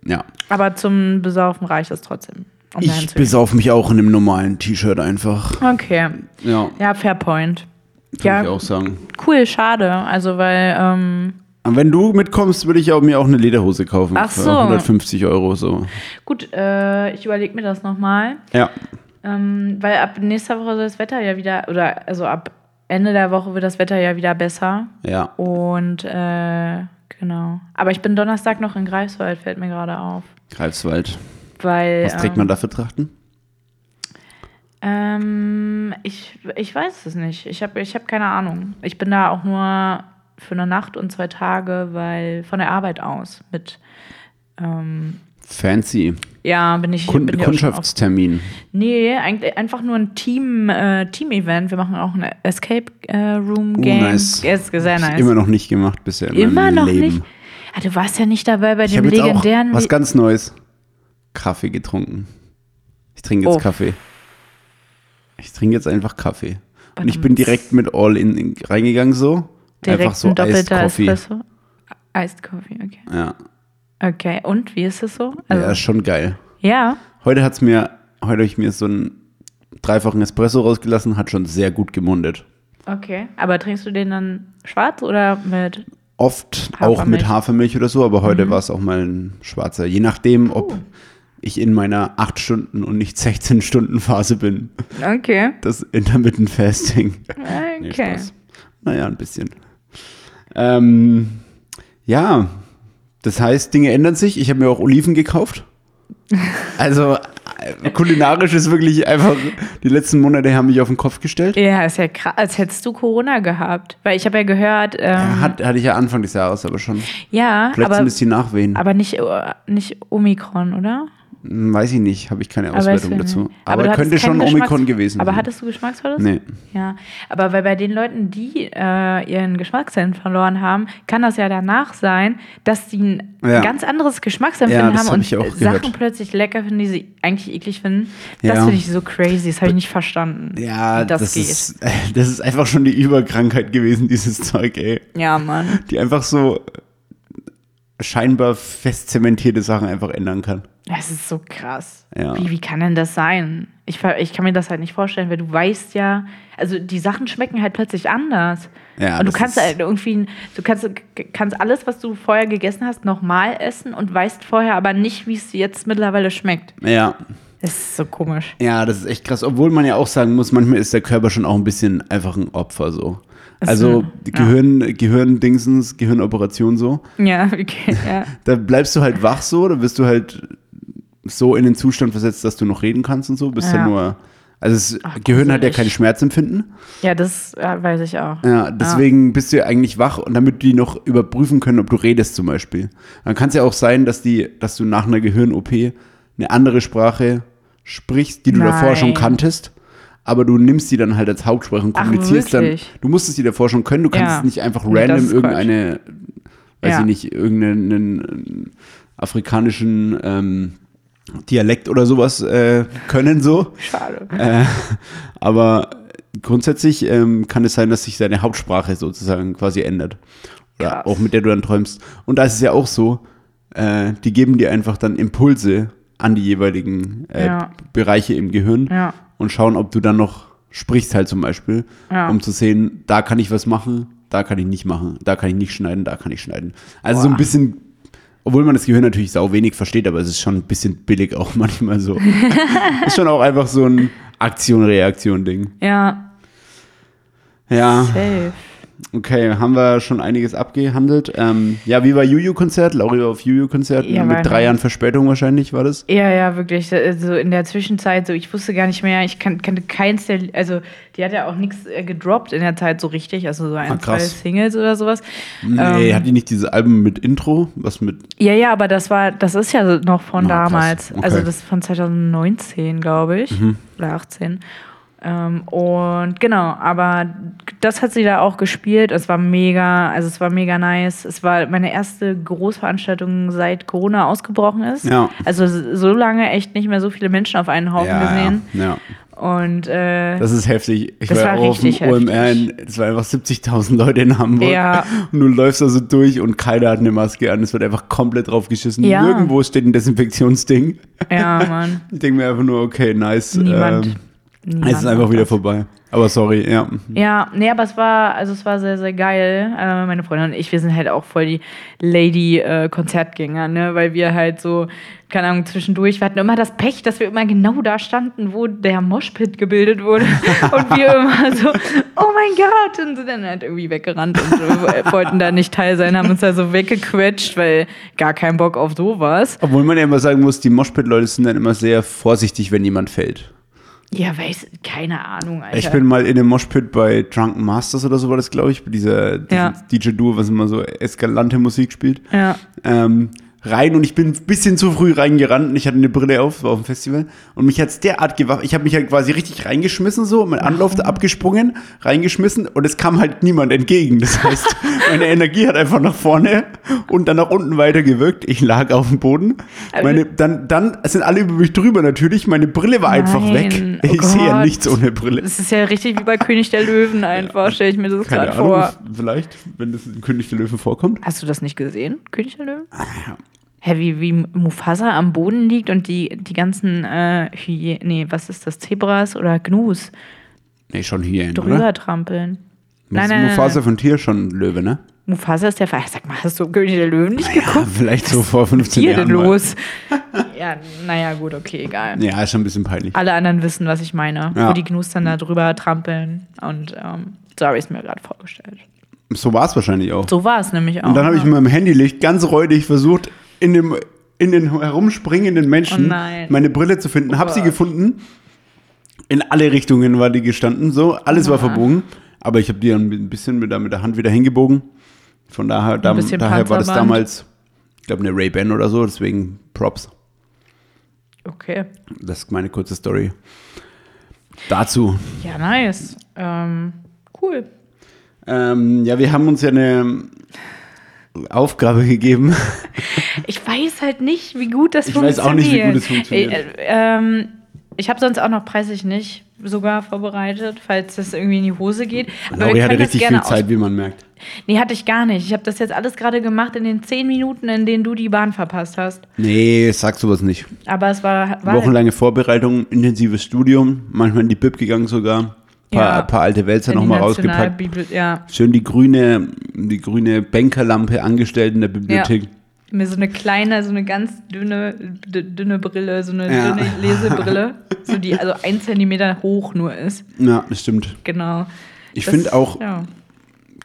S1: Ja.
S2: Aber zum Besaufen reicht das trotzdem. Um dahin
S1: Ich
S2: zu gehen.
S1: besauf mich auch in einem normalen T-Shirt einfach.
S2: Okay.
S1: Ja,
S2: Ja, fair point.
S1: würde ich
S2: Ja,
S1: auch sagen.
S2: cool, schade. Also, weil, ähm,
S1: Und wenn du mitkommst, würde ich auch mir auch eine Lederhose kaufen.
S2: Ach
S1: für
S2: so.
S1: 150 Euro so.
S2: gut, äh, ich überlege mir das nochmal.
S1: Ja.
S2: Ähm, weil ab nächster Woche soll das Wetter ja wieder, oder also ab Ende der Woche wird das Wetter ja wieder besser.
S1: Ja.
S2: Und äh, genau. Aber ich bin Donnerstag noch in Greifswald, fällt mir gerade auf.
S1: Greifswald.
S2: Weil.
S1: Was trägt man dafür Trachten?
S2: Ähm, ich, ich weiß es nicht. Ich habe ich hab keine Ahnung. Ich bin da auch nur für eine Nacht und zwei Tage, weil von der Arbeit aus mit. Ähm,
S1: Fancy.
S2: ja, bin ich.
S1: Kunden
S2: bin ich auch schon auf-
S1: Kundschaftstermin.
S2: Nee, eigentlich einfach nur ein Team, äh, Team-Event. Wir machen auch ein Escape äh, Room
S1: Oh,
S2: Game.
S1: nice.
S2: Ist sehr
S1: Hab
S2: nice.
S1: ich Immer noch nicht gemacht bisher. In
S2: Immer
S1: meinem
S2: noch
S1: Leben.
S2: nicht. Ah, du warst ja nicht dabei bei
S1: Ich
S2: dem
S1: habe jetzt auch
S2: legendären.
S1: was
S2: Vi-
S1: ganz Neues. Kaffee getrunken. Ich trinke jetzt
S2: Oh.
S1: Kaffee. Ich trinke jetzt einfach Kaffee. Und ich bin direkt mit All in, in reingegangen so.
S2: direkt
S1: einfach so
S2: ein doppelter
S1: Eiskoffee.
S2: Espresso. Iced Coffee, okay.
S1: Ja.
S2: Okay, und wie ist es so?
S1: ja, ist
S2: Also,
S1: schon geil.
S2: ja.
S1: Heute hat's mir, heute habe ich mir so einen dreifachen Espresso rausgelassen, hat schon sehr gut gemundet.
S2: okay. Aber trinkst du den dann schwarz oder mit?
S1: Oft auch mit
S2: Hafermilch. Mhm.
S1: Hafermilch oder so, aber heute war es auch mal ein schwarzer. Je nachdem,
S2: Oh.
S1: ob ich in meiner 8 Stunden und nicht 16 Stunden Phase bin.
S2: Okay.
S1: Das Intermittent Fasting.
S2: Okay.
S1: Nee, Spaß. Naja, ein bisschen. Ähm, ja, das heißt, Dinge ändern sich. Ich habe mir auch Oliven gekauft. Also äh, kulinarisch ist wirklich einfach, die letzten Monate haben mich auf den Kopf gestellt.
S2: Ja, ist ja krass, als hättest du Corona gehabt. Weil ich habe ja gehört, ähm,
S1: Äh, Hat, hatte ich ja Anfang des Jahres aber schon.
S2: ja,
S1: Vielleicht
S2: aber,
S1: sind es die Nachwehen.
S2: aber nicht, äh, nicht Omikron, oder?
S1: Hm, Weiß ich nicht, habe ich keine
S2: Aber
S1: Auswertung
S2: es-
S1: dazu.
S2: du
S1: Aber,
S2: hattest
S1: könnte schon
S2: keinen
S1: Omikron
S2: Geschmacks-
S1: gewesen
S2: Aber
S1: sein.
S2: hattest du Geschmacksverlust?
S1: Nee.
S2: Ja, aber weil bei den Leuten, die äh, ihren Geschmackssinn verloren haben, kann das ja danach sein, dass sie ein
S1: Ja.
S2: ganz anderes Geschmacksempfinden
S1: Ja, das
S2: haben
S1: hab
S2: und
S1: ich auch
S2: Sachen
S1: gehört.
S2: plötzlich lecker finden, die sie eigentlich eklig finden. Das
S1: Ja.
S2: finde ich so crazy, das habe ich nicht verstanden.
S1: Ja,
S2: wie das,
S1: das,
S2: geht.
S1: ist, das ist einfach schon die Überkrankheit gewesen, dieses Zeug, ey.
S2: ja, Mann.
S1: die einfach so scheinbar fest zementierte Sachen einfach ändern kann.
S2: Das ist so krass.
S1: Ja.
S2: Wie, wie kann denn das sein? Ich, ver- ich kann mir das halt nicht vorstellen, weil du weißt ja, also die Sachen schmecken halt plötzlich anders.
S1: Ja,
S2: und du
S1: das
S2: kannst
S1: ist-
S2: halt irgendwie, du kannst, kannst alles, was du vorher gegessen hast, nochmal essen und weißt vorher aber nicht, wie es jetzt mittlerweile schmeckt.
S1: Ja,
S2: Das ist so komisch.
S1: ja, das ist echt krass. Obwohl man ja auch sagen muss, manchmal ist der Körper schon auch ein bisschen einfach ein Opfer so.
S2: Ist
S1: Also
S2: ein-
S1: Gehirn, Gehirndingsens, Gehirnoperation so.
S2: Ja, ja, okay, ja.
S1: Da bleibst du halt wach so, da bist du halt so in den Zustand versetzt, dass du noch reden kannst und so. Bist
S2: Ja.
S1: dann nur. Also das Gehirn hat ja
S2: gruselig.
S1: kein Schmerzempfinden.
S2: ja, das äh, weiß ich auch.
S1: Ja, deswegen bist du ja eigentlich wach und damit die noch überprüfen können, ob du redest zum Beispiel. Dann kann es ja auch sein, dass die, dass du nach einer Gehirn-OP eine andere Sprache sprichst, die du davor schon
S2: Nein.
S1: kanntest, aber du nimmst die dann halt als Hauptsprache und
S2: Ach,
S1: kommunizierst dann.
S2: wirklich?
S1: Du musstest die davor schon können, du kannst
S2: Ja.
S1: nicht einfach
S2: Nee, das
S1: random
S2: ist Quatsch.
S1: irgendeine, weiß
S2: Ja.
S1: ich nicht, irgendeinen äh, afrikanischen ähm, Dialekt oder sowas äh, können so.
S2: Ah, Schade.
S1: Äh, aber grundsätzlich ähm, kann es sein, dass sich seine Hauptsprache sozusagen quasi ändert. Oder
S2: Krass.
S1: auch mit der du dann träumst. Und da ist es ja auch so, äh, die geben dir einfach dann Impulse an die jeweiligen äh,
S2: Ja.
S1: Bereiche im Gehirn
S2: Ja.
S1: und schauen, ob du dann noch sprichst halt zum Beispiel,
S2: Ja.
S1: um zu sehen, da kann ich was machen, da kann ich nicht machen, da kann ich nicht schneiden, da kann ich schneiden. Also so ein
S2: Boah.
S1: bisschen, obwohl man das Gehirn natürlich sau wenig versteht, aber es ist schon ein bisschen billig auch manchmal so. ist schon auch einfach so ein Aktion-Reaktion-Ding.
S2: Ja,
S1: Ja,
S2: safe.
S1: okay, haben wir schon einiges abgehandelt. Ähm, ja, wie war Juju-Konzert? Lauri war auf Juju-Konzert
S2: Ja,
S1: mit
S2: war-
S1: drei Jahren Verspätung wahrscheinlich, war das?
S2: Ja, ja, wirklich. Äh, So in der Zwischenzeit, so ich wusste gar nicht mehr, ich kan kannte keins der, also die hat ja auch nichts äh, gedroppt in der Zeit so richtig, also so ein, zwei
S1: Ah, krass.
S2: Singles oder sowas.
S1: Nee,
S2: Ähm,
S1: hat die nicht dieses Album mit Intro? Was mit
S2: Ja, ja, aber das war, das ist ja noch von
S1: Na, krass.
S2: damals.
S1: Okay. Mhm.
S2: Also das ist von 2019, glaube ich. Oder 18. Ähm, und genau, aber das hat sie da auch gespielt. Es war mega, also es war mega nice. Es war meine erste Großveranstaltung seit Corona ausgebrochen ist.
S1: Ja.
S2: Also so lange echt nicht mehr so viele Menschen auf einen Haufen gesehen.
S1: Ja, ja.
S2: Und äh,
S1: Das ist heftig. Ich
S2: Das
S1: war,
S2: war
S1: auch auf dem
S2: richtig
S1: OMR, in, es waren einfach 70.000 Leute in Hamburg.
S2: Ja.
S1: Und du läufst da so durch und keiner hat eine Maske an. Es wird einfach komplett drauf geschissen.
S2: Ja.
S1: Nirgendwo steht ein Desinfektionsding.
S2: ja, Mann.
S1: Ich denke mir einfach nur, okay, nice.
S2: Niemand.
S1: ähm,
S2: niemand
S1: es ist einfach
S2: macht
S1: wieder
S2: das.
S1: vorbei. Aber sorry, ja.
S2: Ja, nee, aber es war, also es war sehr, sehr geil. Äh, meine Freundin und ich, wir sind halt auch voll die Lady-Konzertgänger, ne? Weil wir halt so, keine Ahnung, zwischendurch, wir hatten immer das Pech, dass wir immer genau da standen, wo der Moshpit gebildet wurde. Und wir immer so, oh mein Gott! Und sind dann halt irgendwie weggerannt und äh, wollten da nicht teil sein, haben uns da so weggequetscht, weil gar kein Bock auf sowas.
S1: Obwohl man ja immer sagen muss, die Moshpit-Leute sind dann immer sehr vorsichtig, wenn jemand fällt.
S2: Ja, weiß, keine Ahnung, Alter.
S1: Ich bin mal in einem Moshpit bei Drunken Masters oder so war das, glaube ich, bei dieser
S2: Ja.
S1: dieses DJ-Duo, was immer so eskalante Musik spielt.
S2: ja.
S1: ähm, rein und ich bin ein bisschen zu früh reingerannt und ich hatte eine Brille auf, war auf dem Festival und mich hat's derart gewacht. Ich habe mich halt quasi richtig reingeschmissen so, mein Anlauf abgesprungen, reingeschmissen und es kam halt niemand entgegen. Das heißt, meine Energie hat einfach nach vorne und dann nach unten weitergewirkt. Ich lag auf dem Boden.
S2: Aber-
S1: Meine, dann, dann sind alle über mich drüber natürlich. Meine Brille war einfach weg.
S2: Nein, oh
S1: Ich sehe ja
S2: Gott.
S1: nichts ohne Brille.
S2: Das ist ja richtig wie bei König der Löwen einfach, stelle ich mir das
S1: Keine
S2: gerade
S1: Ahnung,
S2: vor.
S1: vielleicht, wenn das in König der Löwen vorkommt.
S2: Hast du das nicht gesehen, König der Löwen?
S1: Ah,
S2: Hä, wie, wie Mufasa am Boden liegt und die, die ganzen äh, Hyä nee, was ist das, Zebras oder Gnus
S1: Nee, schon hier, oder?
S2: drüber trampeln.
S1: Das
S2: Nein,
S1: ist
S2: nein, nein,
S1: Mufasa
S2: nein.
S1: von Tier schon Löwe, ne?
S2: Mufasa ist der Fall. Sag mal, hast du König der Löwen nicht
S1: Ah, Ja, vielleicht so vor 15
S2: hier
S1: Jahren.
S2: denn
S1: mal.
S2: los? ja, naja, gut, okay, egal.
S1: Ja, ist schon ein bisschen peinlich.
S2: Alle anderen wissen, was ich meine,
S1: Ja.
S2: wo die Gnus dann da drüber trampeln und ähm, so habe ich es mir gerade vorgestellt.
S1: So war es wahrscheinlich auch.
S2: So war es nämlich auch.
S1: Und dann habe ich
S2: ja.
S1: mit meinem Handylicht ganz räudig versucht, in, dem, in den herumspringenden
S2: Oh
S1: Menschen
S2: nein.
S1: meine Brille zu finden. Hab sie
S2: Gott.
S1: gefunden. In alle Richtungen war die gestanden. So, alles war
S2: Ja.
S1: verbogen. Aber ich habe die dann ein bisschen mit der, mit der Hand wieder hingebogen. Von daher, dam,
S2: bisschen
S1: daher war das
S2: Panzerband.
S1: damals, ich glaube, eine Ray-Ban oder so. Deswegen Props.
S2: Okay.
S1: Das ist meine kurze Story. Dazu.
S2: Ja, nice. Ähm, cool.
S1: Ähm, ja, wir haben uns ja eine Aufgabe gegeben.
S2: Ich weiß halt nicht, wie gut das
S1: Ich
S2: funktioniert.
S1: weiß auch nicht, wie gut es funktioniert.
S2: Äh, äh, ähm, ich habe sonst auch noch preislich nicht sogar vorbereitet, falls das irgendwie in die Hose geht. Aber
S1: Lauri
S2: wir
S1: hatte
S2: können das
S1: richtig
S2: gerne
S1: viel Zeit, wie man merkt.
S2: aus- Nee, hatte ich gar nicht. Ich habe das jetzt alles gerade gemacht in den zehn Minuten, in denen du die Bahn verpasst hast.
S1: Nee, sag sowas nicht.
S2: Aber es war, halt war
S1: Wochenlange Vorbereitung, intensives Studium, manchmal in die Bib gegangen sogar. Paar,
S2: Ja.
S1: paar alte Wälzer nochmal rausgepackt.
S2: Bibel, ja.
S1: Schön die grüne, die grüne Bankerlampe angestellt in der Bibliothek.
S2: Mir so eine kleine, so eine ganz dünne, d- dünne Brille, so eine
S1: Ja.
S2: dünne Lesebrille, so die also ein Zentimeter hoch nur ist.
S1: Ja, das stimmt.
S2: Genau.
S1: Ich
S2: Das-
S1: finde auch,
S2: Ja.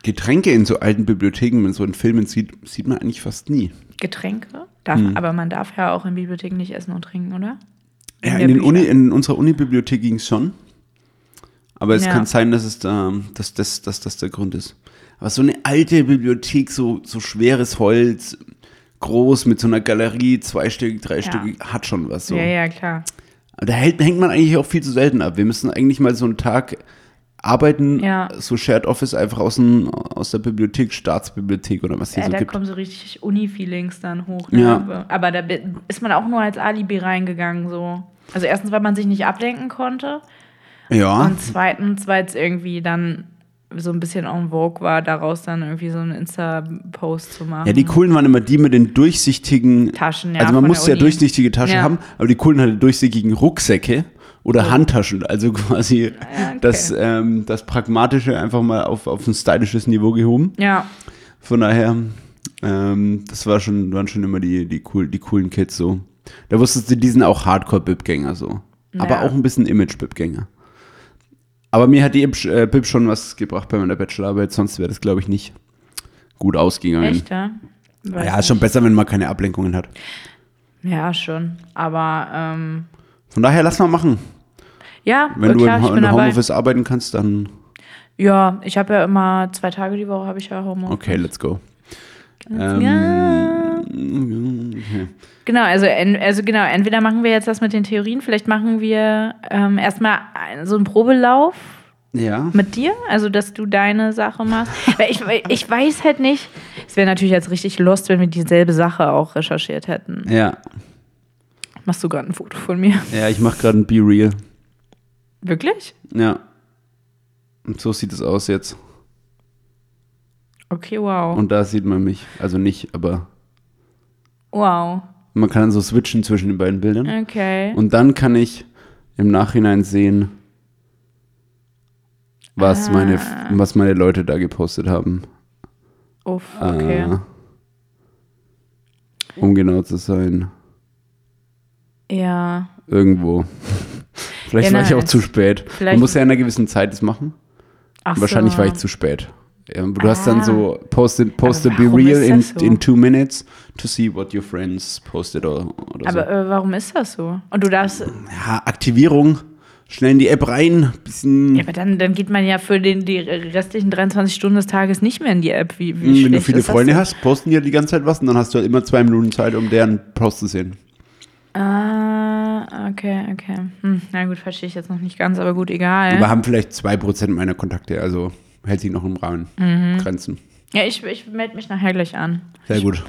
S1: Getränke in so alten Bibliotheken, wenn man so in Filmen sieht, sieht man eigentlich fast nie.
S2: Getränke? Darf,
S1: Hm.
S2: Aber man darf ja auch in Bibliotheken nicht essen und trinken, oder?
S1: Ja,
S2: der
S1: in, den
S2: Bücher.
S1: Uni, in unserer Uni-Bibliothek ging es schon. Aber es
S2: Ja.
S1: kann sein, dass, es da, dass, das, dass das der Grund ist. Aber so eine alte Bibliothek, so, so schweres Holz, groß mit so einer Galerie, zweistöckig, dreistöckig, hat schon was. So.
S2: Ja, ja, klar.
S1: Aber Da hält, hängt man eigentlich auch viel zu selten ab. Wir müssen eigentlich mal so einen Tag arbeiten,
S2: Ja.
S1: so Shared Office einfach aus, dem, aus der Bibliothek, Staatsbibliothek oder was hier
S2: Ja,
S1: so
S2: da
S1: gibt.
S2: kommen so richtig Uni-Feelings dann hoch. Ne?
S1: Ja.
S2: Aber- Aber da bi- ist man auch nur als Alibi reingegangen. so. Also erstens, weil man sich nicht ablenken konnte.
S1: Ja,
S2: Und zweitens, weil es irgendwie dann so ein bisschen en vogue war, daraus dann irgendwie so einen Insta-Post zu machen.
S1: ja, die coolen waren immer die mit den durchsichtigen
S2: Taschen, ja,
S1: Also man
S2: von der
S1: musste ja
S2: Uni.
S1: durchsichtige Taschen
S2: Ja.
S1: haben, aber die Coolen hatten durchsichtigen Rucksäcke oder Handtaschen. Also quasi
S2: okay.
S1: das, ähm, das Pragmatische einfach mal auf, auf ein stylisches Niveau gehoben.
S2: Ja,
S1: Von daher, ähm, das war schon, waren schon immer die, die, cool, die coolen Kids so. Da wusstest du, die sind auch Hardcore-Bib-Gänger so. Aber
S2: Ja.
S1: auch ein bisschen Image-Bib-Gänger. Aber mir hat die Ibsch- äh, Bib schon was gebracht bei meiner Bachelorarbeit, sonst wäre das, glaube ich, nicht gut ausgegangen.
S2: echt, ja? Weiß
S1: Ja, ist schon besser, wenn man keine Ablenkungen hat.
S2: nicht. ja, schon. Aber ähm,
S1: Von daher, lass mal machen.
S2: ja,
S1: Wenn du
S2: Oh, klar,
S1: im,
S2: ich
S1: Ho-
S2: bin
S1: im
S2: dabei.
S1: Homeoffice arbeiten kannst, dann
S2: Ja, ich habe ja immer zwei Tage die Woche habe ich ja Homeoffice.
S1: okay, let's go. Ähm,
S2: ja.
S1: Okay.
S2: Genau, also, en, also genau, entweder machen wir jetzt das mit den Theorien, vielleicht machen wir ähm, erstmal ein- so einen Probelauf
S1: Ja.
S2: mit dir, also dass du deine Sache machst. Weil ich, ich weiß halt nicht, es wäre natürlich jetzt richtig lost, wenn wir dieselbe Sache auch recherchiert hätten.
S1: Ja.
S2: Machst du gerade ein Foto von mir?
S1: Ja, ich mache gerade ein Be Real.
S2: Wirklich?
S1: Ja. Und so sieht es aus jetzt.
S2: Okay, wow.
S1: Und da sieht man mich. Also nicht, aber
S2: Wow.
S1: man kann so switchen zwischen den beiden Bildern.
S2: Okay.
S1: Und dann kann ich im Nachhinein sehen,
S2: Ah.
S1: was, meine, was meine Leute da gepostet haben.
S2: Uff, okay.
S1: Äh, um genau zu sein. äh,
S2: Ja.
S1: Irgendwo. Vielleicht
S2: Ja,
S1: war ich auch
S2: nice.
S1: zu spät. Man
S2: Vielleicht-
S1: muss ja in einer gewissen Zeit das machen.
S2: Ach so.
S1: Wahrscheinlich war ich zu spät. Ja, aber du hast dann
S2: Ah.
S1: so posted, posted be
S2: warum
S1: real
S2: ist
S1: in,
S2: das so?
S1: in two minutes to see what your friends posted oder, oder
S2: Aber äh, warum ist das so? Und du darfst.
S1: so. Ja, Aktivierung, schnell in die App rein, bisschen,
S2: Ja, aber dann, dann geht man ja für den, die restlichen 23 Stunden des Tages nicht mehr in die App. Wie, wie
S1: wenn du
S2: schlecht
S1: viele
S2: ist das
S1: Freunde
S2: denn?
S1: hast, posten die ja die ganze Zeit was und dann hast du halt immer zwei Minuten Zeit, um deren Post zu sehen.
S2: Ah, okay, okay. Hm, na gut, verstehe ich jetzt noch nicht ganz, aber gut, egal.
S1: Aber haben vielleicht zwei Prozent meiner Kontakte, also hält sich noch im Rahmen.
S2: Mhm.
S1: Grenzen.
S2: Ja, ich, ich melde mich nachher gleich an.
S1: Sehr gut.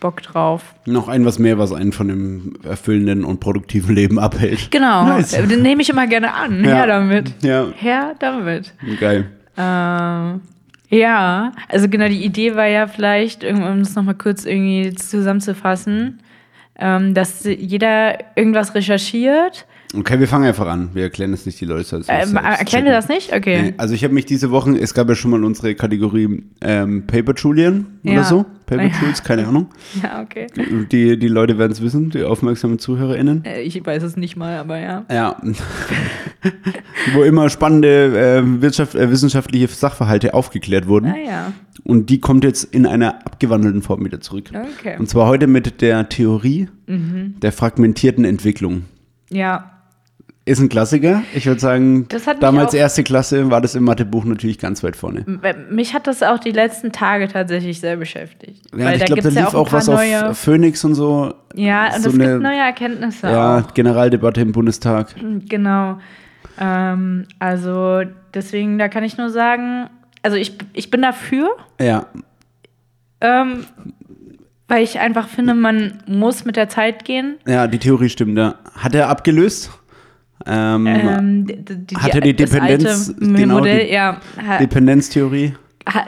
S2: Bock drauf.
S1: Noch ein was mehr, was einen von dem erfüllenden und produktiven Leben abhält.
S2: Genau,
S1: Nice.
S2: äh, den nehme ich immer gerne an.
S1: Ja.
S2: Her damit.
S1: Ja,
S2: Her damit.
S1: geil.
S2: Ähm, ja, also genau, die Idee war ja vielleicht, um um das nochmal kurz irgendwie zusammenzufassen, ähm, dass jeder irgendwas recherchiert.
S1: Okay, wir fangen einfach an. Wir erklären das nicht, die Leute. sollen es
S2: Ähm,
S1: selbst
S2: erklären
S1: checken.
S2: wir das nicht? Okay.
S1: Nee, Also ich habe mich diese Woche, es gab ja schon mal unsere Kategorie ähm, Paper Julian oder
S2: Ja.
S1: so. Paper
S2: Ja.
S1: Jules, keine Ahnung.
S2: Ja, okay.
S1: Die, die Leute werden es wissen, die aufmerksamen ZuhörerInnen.
S2: Äh, Ich weiß es nicht mal, aber ja.
S1: Ja. Wo immer spannende äh, Wirtschaft, äh, wissenschaftliche Sachverhalte aufgeklärt wurden.
S2: Naja,
S1: Und die kommt jetzt in einer abgewandelten Form wieder zurück.
S2: okay. Mhm.
S1: Und zwar heute mit der Theorie der fragmentierten Entwicklung.
S2: Ja,
S1: Ist ein Klassiker. Ich würde sagen,
S2: Das hat mich
S1: damals
S2: auch-
S1: erste Klasse war das im Mathebuch natürlich ganz weit vorne.
S2: M- mich hat das auch die letzten Tage tatsächlich sehr beschäftigt.
S1: Ja,
S2: Weil
S1: ich
S2: da
S1: glaube,
S2: gibt
S1: da
S2: es
S1: lief
S2: ja auch,
S1: auch,
S2: ein paar
S1: was
S2: neue.
S1: auf Phoenix und so.
S2: Ja, und
S1: so
S2: es
S1: eine-
S2: gibt neue Erkenntnisse
S1: Ja,
S2: auch.
S1: Generaldebatte im Bundestag.
S2: Genau. Ähm, also deswegen, da kann ich nur sagen, also ich, ich bin dafür,
S1: Ja,
S2: ähm, weil ich einfach finde, man muss mit der Zeit gehen.
S1: ja, die Theorie stimmt. Ja. Hat er abgelöst? Ähm,
S2: Ähm, d- d- die,
S1: Hat er die
S2: das alte
S1: Dependenz- genau,
S2: Modell,
S1: die-
S2: ja, ha,
S1: Dependenztheorie?
S2: ha,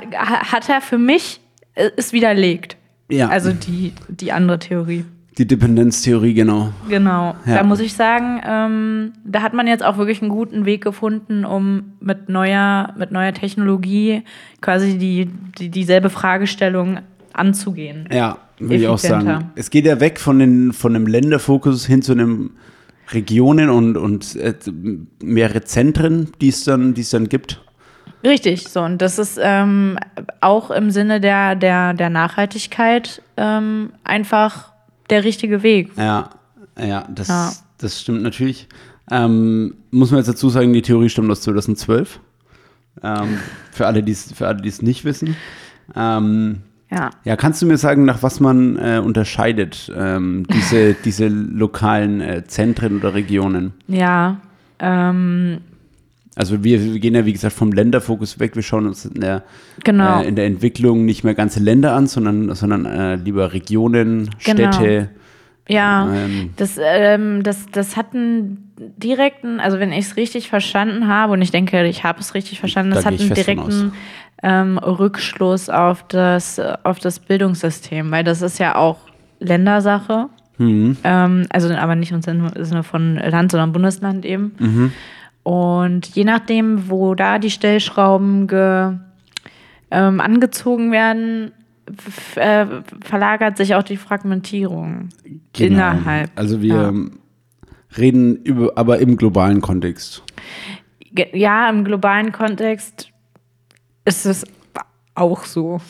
S2: hat er für mich, äh, ist widerlegt.
S1: Ja,
S2: Also die, die andere Theorie.
S1: die Dependenztheorie, genau.
S2: Genau.
S1: Ja.
S2: Da muss ich sagen, ähm, da hat man jetzt auch wirklich einen guten Weg gefunden, um mit neuer, mit neuer Technologie quasi die, die, dieselbe Fragestellung anzugehen.
S1: Ja, würde ich auch
S2: Effizienter.
S1: sagen. Es geht ja weg von, den, von einem Länderfokus hin zu einem Regionen und, und äh, mehrere Zentren, die es dann, die es dann gibt.
S2: Richtig, so. Und das ist ähm, auch im Sinne der, der, der Nachhaltigkeit ähm, einfach der richtige Weg.
S1: Ja, ja, das,
S2: Ja.
S1: das stimmt natürlich. Ähm, muss man jetzt dazu sagen, die Theorie stammt aus 2012. Ähm, für alle, die es für alle, die es nicht wissen. Ähm,
S2: Ja.
S1: ja, kannst du mir sagen, nach was man äh, unterscheidet ähm, diese, diese lokalen äh, Zentren oder Regionen?
S2: Ja. Ähm,
S1: Also wir, wir gehen ja, wie gesagt, vom Länderfokus weg. Wir schauen uns in der,
S2: genau.
S1: äh, in der Entwicklung nicht mehr ganze Länder an, sondern, sondern äh, lieber Regionen,
S2: Genau.
S1: Städte.
S2: ja.
S1: Ähm,
S2: Das, ähm, das, das hat einen direkten, also wenn ich es richtig verstanden habe, und ich denke, ich habe es richtig verstanden,
S1: Da
S2: das
S1: gehe
S2: hat
S1: ich
S2: einen
S1: fest von
S2: direkten ähm, Rückschluss auf das, äh, auf das Bildungssystem, weil das ist ja auch Ländersache.
S1: Hm.
S2: Ähm, also aber nicht im Sinne im Sinne von Land, sondern Bundesland eben.
S1: Mhm.
S2: Und je nachdem, wo da die Stellschrauben ge, ähm, angezogen werden, f- äh, verlagert sich auch die Fragmentierung innerhalb.
S1: Also wir
S2: ja.
S1: ähm, reden über, aber im globalen Kontext.
S2: Ge- ja, im globalen Kontext ist es auch so.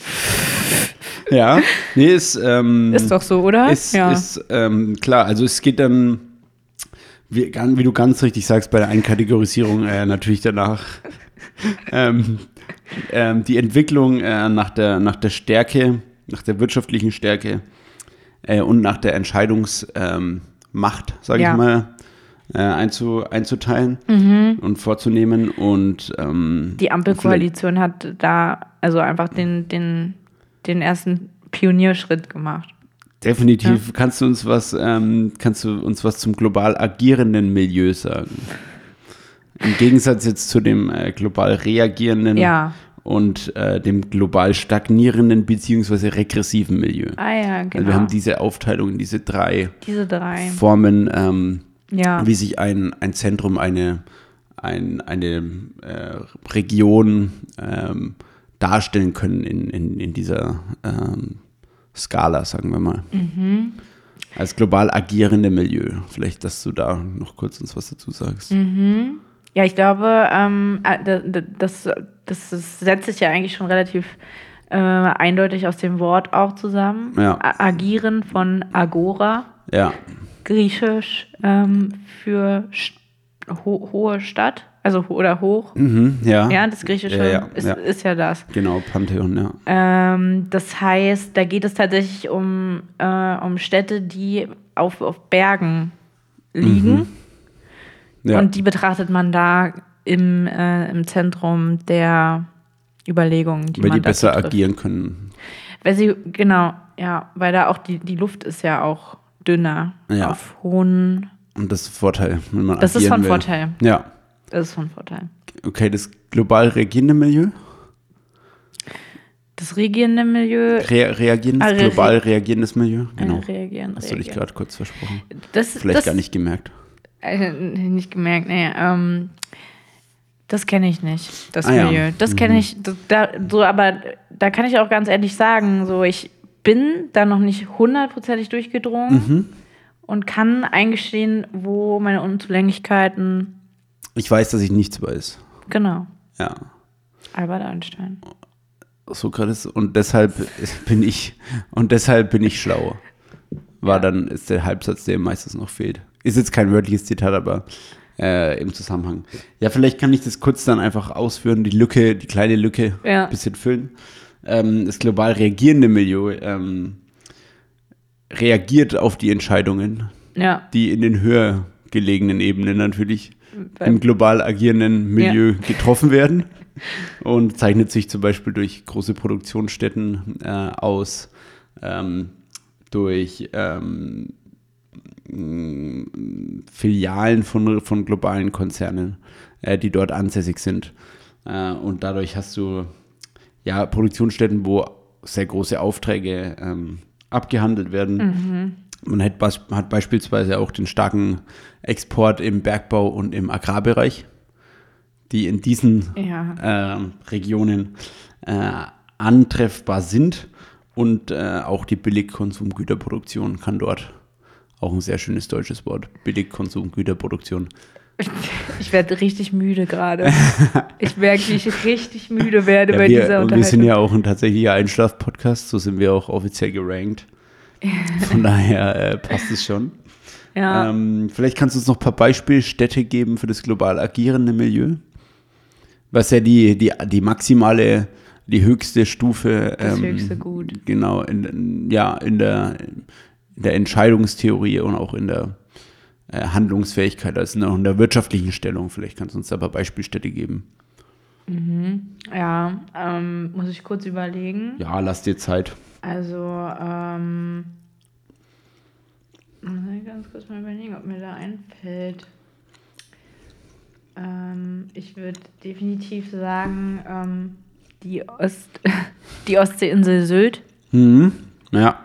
S1: Ja, nee, ist, ähm,
S2: Ist doch so, oder?
S1: ist,
S2: ja.
S1: ist ähm, klar. Also es geht dann, wie, gan- wie du ganz richtig sagst, bei der Einkategorisierung äh, natürlich danach ähm, ähm, die Entwicklung äh, nach, der, nach der Stärke, nach der wirtschaftlichen Stärke äh, und nach der Entscheidungsmacht, ähm, Macht, sage
S2: Ja.
S1: ich mal, äh, einzu, einzuteilen und vorzunehmen und ähm,
S2: Mhm. Die Ampelkoalition hat da also einfach den, den, den ersten Pionierschritt gemacht.
S1: Definitiv. Kannst du uns was, ähm, kannst du uns was zum global agierenden Milieu sagen? Im Gegensatz jetzt zu dem äh, global reagierenden
S2: Ja.
S1: und äh, dem global stagnierenden beziehungsweise regressiven Milieu.
S2: Ah ja, genau.
S1: Also wir haben diese Aufteilung in diese drei
S2: Diese drei.
S1: Formen, ähm,
S2: Ja.
S1: wie sich ein, ein Zentrum, eine, ein, eine äh, Region ähm, darstellen können in, in, in dieser ähm, Skala, sagen wir mal.
S2: Mhm.
S1: Als global agierende Milieu. Vielleicht, dass du da noch kurz uns was dazu sagst.
S2: Mhm. Ja, ich glaube, ähm, äh, da- da- das, das ist- setzt sich ja eigentlich schon relativ äh, eindeutig aus dem Wort auch zusammen.
S1: Ja.
S2: A agieren von Agora,
S1: Ja,
S2: griechisch ähm, für st ho hohe Stadt, also ho oder hoch.
S1: mhm, ja.
S2: Ja, das Griechische
S1: Ja, ja,
S2: ist,
S1: ja.
S2: ist ja das.
S1: Genau, Pantheon, ja.
S2: Ähm, das heißt, da geht es tatsächlich um, äh, um Städte, die auf, auf Bergen liegen.
S1: Mhm, ja.
S2: Und die betrachtet man da im, äh, im Zentrum der Überlegungen, die
S1: weil
S2: man
S1: die besser
S2: dazu trifft.
S1: agieren können.
S2: Weil sie, genau, ja, weil da auch die, die Luft ist ja auch dünner
S1: Ja.
S2: auf hohen.
S1: Und das ist Vorteil, wenn man
S2: Das ist
S1: agieren
S2: von
S1: will.
S2: Vorteil.
S1: Ja.
S2: Das ist von Vorteil.
S1: Okay, das global reagierende Milieu?
S2: Das regierende Milieu
S1: Rea reagieren,
S2: Ah, re-
S1: global reagierendes Milieu, genau.
S2: äh, reagieren.
S1: Hast du dich
S2: reagieren.
S1: gerade kurz versprochen?
S2: das,
S1: Vielleicht
S2: das,
S1: gar nicht gemerkt.
S2: Äh, nicht gemerkt, nee. Ähm, das kenne ich nicht, das
S1: Ah, ja.
S2: Milieu. Das kenne ich, das, da, so, aber da kann ich auch ganz ehrlich sagen, so ich bin da noch nicht hundertprozentig durchgedrungen
S1: Mhm.
S2: und kann eingestehen, wo meine Unzulänglichkeiten,
S1: Ich weiß, dass ich nichts weiß.
S2: genau,
S1: Ja,
S2: Albert Einstein.
S1: Sokrates. Und deshalb bin ich, und deshalb bin ich schlau. War dann, ist der Halbsatz, der meistens noch fehlt. Ist jetzt kein wörtliches Zitat, aber äh, im Zusammenhang. Ja, vielleicht kann ich das kurz dann einfach ausführen, die Lücke, die kleine Lücke
S2: Ja.
S1: ein bisschen füllen. Ähm, das global reagierende Milieu ähm, reagiert auf die Entscheidungen,
S2: Ja,
S1: die in den höher gelegenen Ebenen natürlich
S2: Weil-
S1: im global agierenden Milieu getroffen werden und zeichnet sich zum Beispiel durch große Produktionsstätten äh, aus, ähm, durch ähm, mh, Filialen von, von globalen Konzernen, äh, die dort ansässig sind. Äh, und dadurch hast du ja Produktionsstätten, wo sehr große Aufträge ähm, abgehandelt werden. Man hat, bas- hat beispielsweise auch den starken Export im Bergbau und im Agrarbereich, die in diesen
S2: ja.
S1: ähm, Regionen äh, antreffbar sind. Und äh, auch die Billigkonsumgüterproduktion kann dort, auch ein sehr schönes deutsches Wort, Billigkonsumgüterproduktion,
S2: Ich werde richtig müde gerade. Ich merke, wie ich richtig müde werde
S1: Ja,
S2: bei
S1: wir,
S2: dieser
S1: und
S2: Unterhaltung.
S1: wir sind ja auch ein tatsächlicher Einschlaf-Podcast, so sind wir auch offiziell gerankt. Von daher äh, passt es schon.
S2: Ja.
S1: Ähm, vielleicht kannst du uns noch ein paar Beispielstädte geben für das global agierende Milieu, was ja die, die, die maximale, die höchste Stufe, ähm,
S2: Das höchste Gut.
S1: genau, in, in, ja, in der, in der Entscheidungstheorie und auch in der äh, Handlungsfähigkeit, also in der, in der wirtschaftlichen Stellung. Vielleicht kannst du uns da ein paar Beispielstädte geben.
S2: Ja, ähm, muss ich kurz überlegen.
S1: Ja, lass dir Zeit.
S2: Also, ähm, muss ich ganz kurz mal überlegen, ob mir da einfällt. Ähm, ich würde definitiv sagen, ähm, die, Ost die Ostseeinsel Sylt
S1: Mhm. Ja,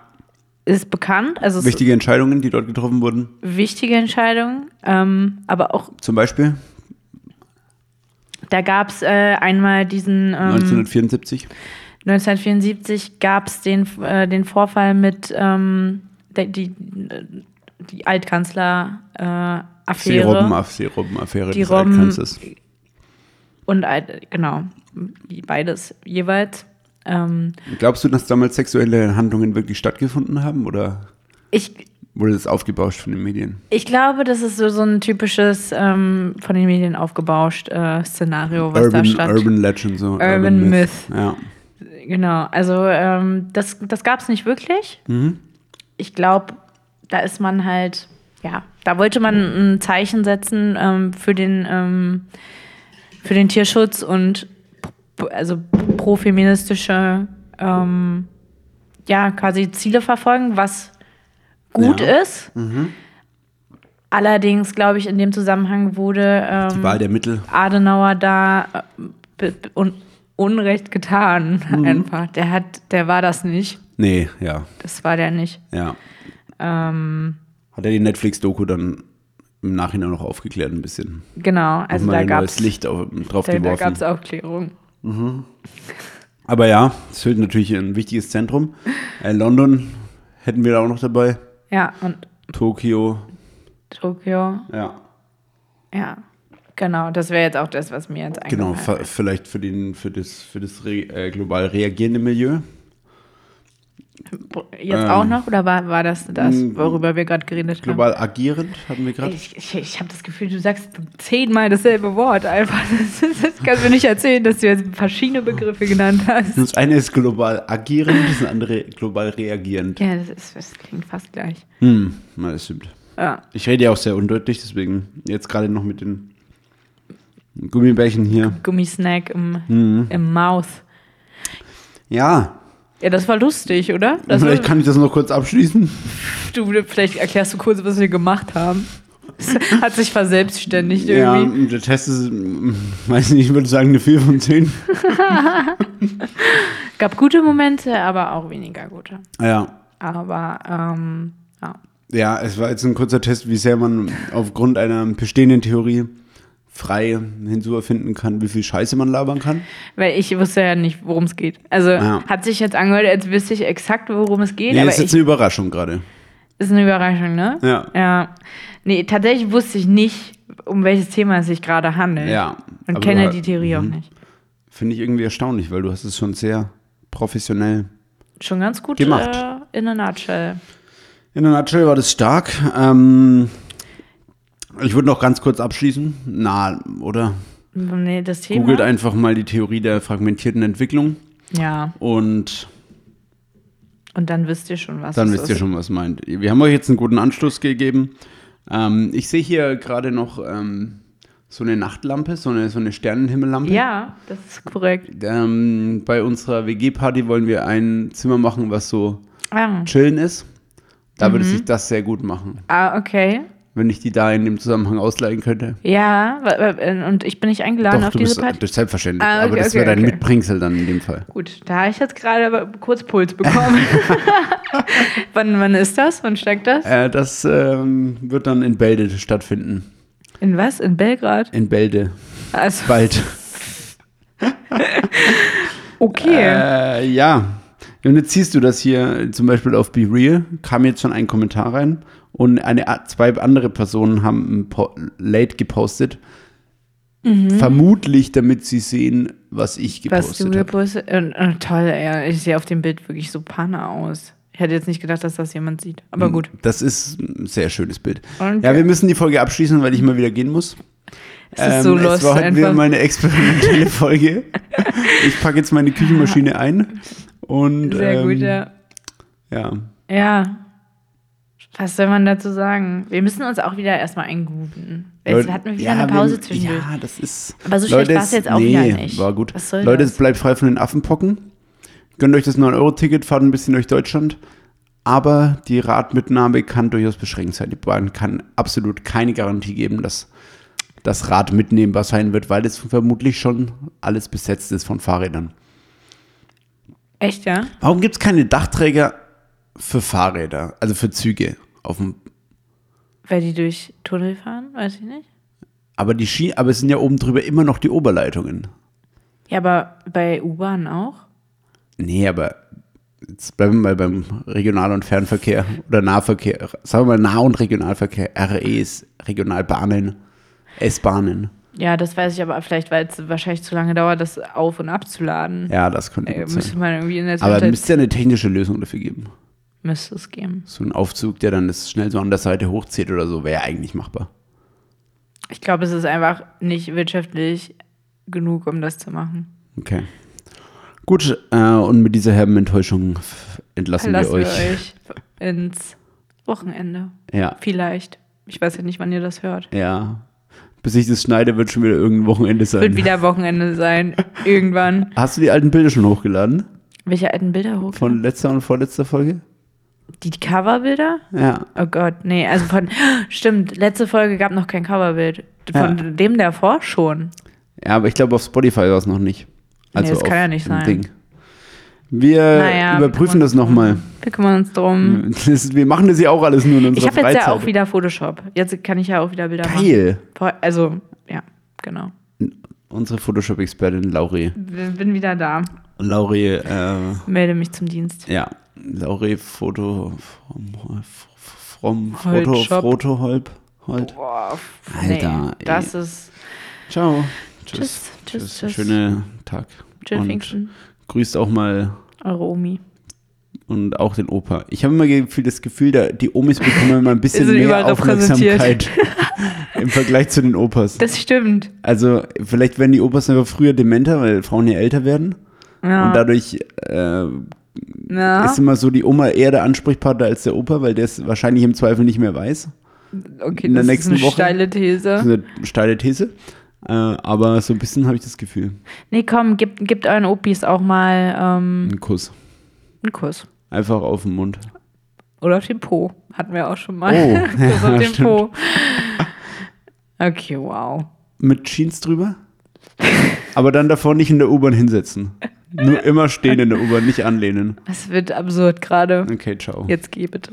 S2: ist bekannt. Also es
S1: wichtige Entscheidungen, die dort getroffen wurden,
S2: wichtige Entscheidung. Ähm, aber auch
S1: zum Beispiel
S2: da gab es äh, einmal diesen ähm,
S1: 1974.
S2: 1974 gab es den, äh, den Vorfall mit ähm, der, die, äh, die Altkanzler-Affäre. Äh, Affäre.
S1: Seerobben- Seerobben-Affäre
S2: Die
S1: des
S2: Robben-
S1: Altkanzlers.
S2: und Alt- genau, beides jeweils. Ähm,
S1: Glaubst du, dass damals sexuelle Handlungen wirklich stattgefunden haben oder
S2: ich,
S1: wurde das aufgebauscht von den Medien?
S2: ich glaube, das ist so, so ein typisches ähm, von den Medien aufgebauscht äh, Szenario, was da
S1: Urban,
S2: stand.
S1: Urban Legend, so.
S2: Urban Myth.
S1: Ja.
S2: Genau, also ähm, das, das gab es nicht wirklich.
S1: Mhm.
S2: Ich glaube, da ist man halt, ja, da wollte man ein Zeichen setzen ähm, für, den, ähm, für den Tierschutz und p- also profeministische, ähm, ja, quasi Ziele verfolgen, was gut
S1: Ja. Mhm.
S2: ist. Allerdings, glaube ich, in dem Zusammenhang wurde ähm,
S1: Die Wahl der Mittel.
S2: Adenauer da äh, be- be- un Unrecht getan
S1: Mhm.
S2: einfach. Der hat, der war das nicht.
S1: Nee, ja,
S2: Das war der nicht.
S1: ja.
S2: Ähm,
S1: Hat er die Netflix-Doku dann im Nachhinein noch aufgeklärt ein bisschen.
S2: genau, also
S1: Nochmal
S2: da
S1: ein
S2: gab
S1: neues
S2: es
S1: Licht auf, drauf
S2: da, da
S1: geworfen.
S2: gab's Aufklärung.
S1: Aber ja, Sylt natürlich ein wichtiges Zentrum. Äh, London hätten wir da auch noch dabei.
S2: Ja, und
S1: Tokio,
S2: Tokio,
S1: ja.
S2: ja. Genau, das wäre jetzt auch das, was mir jetzt
S1: Genau,
S2: eingefallen
S1: ver- vielleicht für, den, für das, für das re äh, global reagierende Milieu.
S2: Genau. Jetzt auch noch oder war, war das das, worüber wir gerade geredet haben?
S1: ähm, mm, Global agierend hatten wir gerade.
S2: Ich, ich, ich habe das Gefühl, du sagst zehnmal dasselbe Wort einfach. Das, ist- das kannst du mir nicht erzählen, dass du jetzt verschiedene Begriffe genannt hast.
S1: Das eine ist global agierend, das andere global reagierend.
S2: Ja, das, ist, das klingt fast gleich.
S1: Hm, na, das stimmt.
S2: Ja.
S1: Ich rede ja auch sehr undeutlich, deswegen jetzt gerade noch mit den Gummibärchen hier.
S2: Gummisnack im,
S1: Mhm.
S2: im Mouth.
S1: Ja,
S2: Ja, das war lustig, oder? Das
S1: Hm, vielleicht
S2: war,
S1: kann ich das noch kurz abschließen.
S2: du, vielleicht erklärst du kurz, was wir gemacht haben. Es hat sich verselbstständigt
S1: Ja,
S2: irgendwie.
S1: der Test ist, mm, weiß nicht, ich würde sagen eine 4 von 10.
S2: Gab gute Momente, aber auch weniger gute.
S1: Ja,
S2: Aber, ähm, ja.
S1: Ja, es war jetzt ein kurzer Test, wie sehr man aufgrund einer bestehenden Theorie frei hinzuerfinden kann, wie viel Scheiße man labern kann.
S2: Weil ich wusste ja nicht, worum es geht. Also
S1: Ja.
S2: hat sich jetzt angehört, als wüsste ich exakt, worum es geht.
S1: Nee,
S2: aber
S1: das ist jetzt
S2: ich,
S1: eine Überraschung gerade.
S2: ist eine Überraschung, ne?
S1: Ja.
S2: Ja. Nee, tatsächlich wusste ich nicht, um welches Thema es sich gerade handelt.
S1: Ja,
S2: Und
S1: aber
S2: kenne
S1: du- mhm.
S2: die Theorie auch nicht.
S1: Finde ich irgendwie erstaunlich, weil du hast es schon sehr professionell.
S2: schon ganz gut
S1: Gemacht.
S2: Äh, in a nutshell.
S1: In der Nutshell war das stark. Ähm, ich würde noch ganz kurz abschließen. Na, oder?
S2: Nee, das Thema.
S1: Googelt einfach mal die Theorie der fragmentierten Entwicklung
S2: Ja,
S1: und
S2: und dann wisst ihr schon, was
S1: Dann
S2: es
S1: wisst
S2: ist.
S1: ihr schon, was meint. Wir haben euch jetzt einen guten Anschluss gegeben. Ähm, ich sehe hier gerade noch ähm, so eine Nachtlampe, so eine, so eine Sternenhimmellampe.
S2: Ja, das ist korrekt.
S1: Ähm, bei unserer WG-Party wollen wir ein Zimmer machen, was so
S2: Ah,
S1: chillen ist. Da
S2: Mhm.
S1: würde sich das sehr gut machen,
S2: ah okay.
S1: wenn ich die da in dem Zusammenhang ausleihen könnte.
S2: Ja, wa- wa- und ich bin nicht eingeladen auf
S1: du
S2: diese
S1: bist
S2: Party.
S1: das ist selbstverständlich.
S2: Ah, okay,
S1: aber das
S2: okay,
S1: wäre dein
S2: okay.
S1: Mitbringsel dann in dem Fall.
S2: Gut, da habe ich jetzt gerade aber kurz Puls bekommen. wann, wann ist das? Wann steckt das?
S1: Äh, das ähm, wird dann in Bälde stattfinden.
S2: In was? In Belgrad?
S1: In Bälde.
S2: Also,
S1: Bald.
S2: okay.
S1: Äh, ja. Und jetzt siehst du das hier zum Beispiel auf Be Real, kam jetzt schon ein Kommentar rein und eine, a- zwei andere Personen haben ein po late gepostet. Vermutlich, damit sie sehen, was ich
S2: Mhm. Was du
S1: gepostet habe.
S2: gepostet äh, äh, Toll, ey. ich sehe auf dem Bild wirklich so Panne aus. Ich hätte jetzt nicht gedacht, dass das jemand sieht.
S1: Hm.
S2: Aber gut.
S1: Das ist ein sehr schönes Bild.
S2: Und-
S1: Ja, wir müssen die Folge abschließen, weil ich mal wieder gehen muss. Ähm,
S2: Es ist so
S1: es
S2: lost
S1: war heute wieder
S2: einfach.
S1: meine experimentelle Folge. Ich packe jetzt meine Küchenmaschine ein und
S2: Sehr
S1: ähm,
S2: gut, ja.
S1: ja.
S2: Ja. Was soll man dazu sagen? Wir müssen uns auch wieder erstmal eingrufen. Jetzt
S1: Leute-
S2: hatten wir wieder
S1: ja,
S2: eine Pause
S1: wir-
S2: zwischendurch.
S1: Ja, das ist.
S2: Aber so schlecht war's
S1: es-
S2: jetzt auch
S1: nee,
S2: wieder nicht.
S1: War gut.
S2: Was soll
S1: Leute,
S2: das?
S1: es bleibt frei von den Affenpocken. Gönnt euch das 9-Euro-Ticket, fahrt ein bisschen durch Deutschland. Aber die Radmitnahme kann durchaus beschränkt sein. Die Bahn kann absolut keine Garantie geben, dass das Rad mitnehmbar sein wird, weil es vermutlich schon alles besetzt ist von Fahrrädern.
S2: Echt, ja?
S1: Warum gibt es keine Dachträger für Fahrräder, also für Züge? Auf dem,
S2: Weil die durch Tunnel fahren? Weiß ich nicht.
S1: aber, die Ski, aber es sind ja oben drüber immer noch die Oberleitungen.
S2: Ja, aber bei U-Bahn auch?
S1: Nee, aber jetzt bleiben wir mal beim Regional- und Fernverkehr oder Nahverkehr. Sagen wir mal Nah- und Regionalverkehr, REs, Regionalbahnen, S-Bahnen.
S2: Ja, das weiß ich aber vielleicht, weil es wahrscheinlich zu lange dauert, das auf- und abzuladen.
S1: Ja, das könnte
S2: Äh,
S1: gut
S2: müsste
S1: sein.
S2: man irgendwie in der
S1: Aber
S2: Zwischenzeit-
S1: müsste ja eine technische Lösung dafür geben.
S2: müsste es geben.
S1: So ein Aufzug, der dann das schnell so an der Seite hochzieht oder so, wäre ja eigentlich machbar.
S2: Ich glaube, es ist einfach nicht wirtschaftlich genug, um das zu machen.
S1: Okay. Gut, äh, und mit dieser herben Enttäuschung f- entlassen wir
S2: Lassen
S1: euch.
S2: wir euch ins Wochenende.
S1: Ja,
S2: Vielleicht. Ich weiß ja nicht, wann ihr das hört.
S1: ja. Bis ich das schneide, wird schon wieder irgendein Wochenende
S2: Wird
S1: sein.
S2: wieder Wochenende sein. Irgendwann.
S1: Hast du die alten Bilder schon hochgeladen?
S2: Welche alten Bilder hoch?
S1: Von letzter und vorletzter Folge?
S2: Die Coverbilder?
S1: Ja.
S2: Oh Gott, nee, also von. Stimmt, letzte Folge gab noch kein Coverbild. Von
S1: Ja.
S2: dem davor schon.
S1: Ja, aber ich glaube, auf Spotify war es noch nicht. Also
S2: das kann
S1: auf
S2: ja nicht
S1: dem
S2: sein.
S1: Ding. Wir
S2: Naja,
S1: überprüfen das nochmal.
S2: Wir kümmern uns drum.
S1: Wir machen das ja auch alles nur in
S2: Ich
S1: unserer
S2: habe jetzt
S1: Hm, Freizeit.
S2: ja auch wieder Photoshop. Jetzt kann ich ja auch wieder Bilder machen.
S1: Geil.
S2: Vor- Also, ja, genau.
S1: Unsere Photoshop-Expertin Lauri.
S2: B- Bin wieder da.
S1: Lauri, äh,
S2: Melde mich zum Dienst.
S1: ja. Lauri Foto from, from
S2: Holt
S1: Foto,
S2: Shop.
S1: Foto Holp. Holt.
S2: Boah, f-
S1: Alter, ey.
S2: nee, das ist.
S1: Ciao.
S2: Tschüss, tschüss, tschüss.
S1: Schönen Tag.
S2: Jill
S1: Und
S2: Pfingsten,
S1: grüßt auch mal
S2: eure Omi.
S1: und auch den Opa. Ich habe immer gefühl, das Gefühl, da, die Omis bekommen immer ein bisschen
S2: Sind
S1: mehr
S2: überrepräsentiert.
S1: Aufmerksamkeit im Vergleich zu den Opas.
S2: Das stimmt.
S1: Also vielleicht werden die Opas einfach früher dementer, weil Frauen ja älter werden.
S2: Ja. Ah.
S1: Und dadurch äh,
S2: Na,
S1: ist immer so die Oma eher der Ansprechpartner als der Opa, weil der es wahrscheinlich im Zweifel nicht mehr weiß.
S2: okay,
S1: in der
S2: das
S1: nächsten
S2: ist eine
S1: Woche-
S2: steile These.
S1: Das ist eine steile These. Äh, aber so ein bisschen habe ich das Gefühl.
S2: Nee, komm, gebt, gebt euren Opis auch mal ähm,
S1: Ein Kuss.
S2: einen Kuss.
S1: Einfach auf den Mund.
S2: Oder auf den Po. Hatten wir auch schon mal.
S1: Oh,
S2: Kuss
S1: ja,
S2: auf den
S1: stimmt.
S2: Po. Okay, wow.
S1: Mit Jeans drüber. aber dann davor nicht in der U-Bahn hinsetzen. Nur immer stehen in der U-Bahn, nicht anlehnen.
S2: Es wird absurd gerade.
S1: Okay, ciao.
S2: Jetzt geh bitte.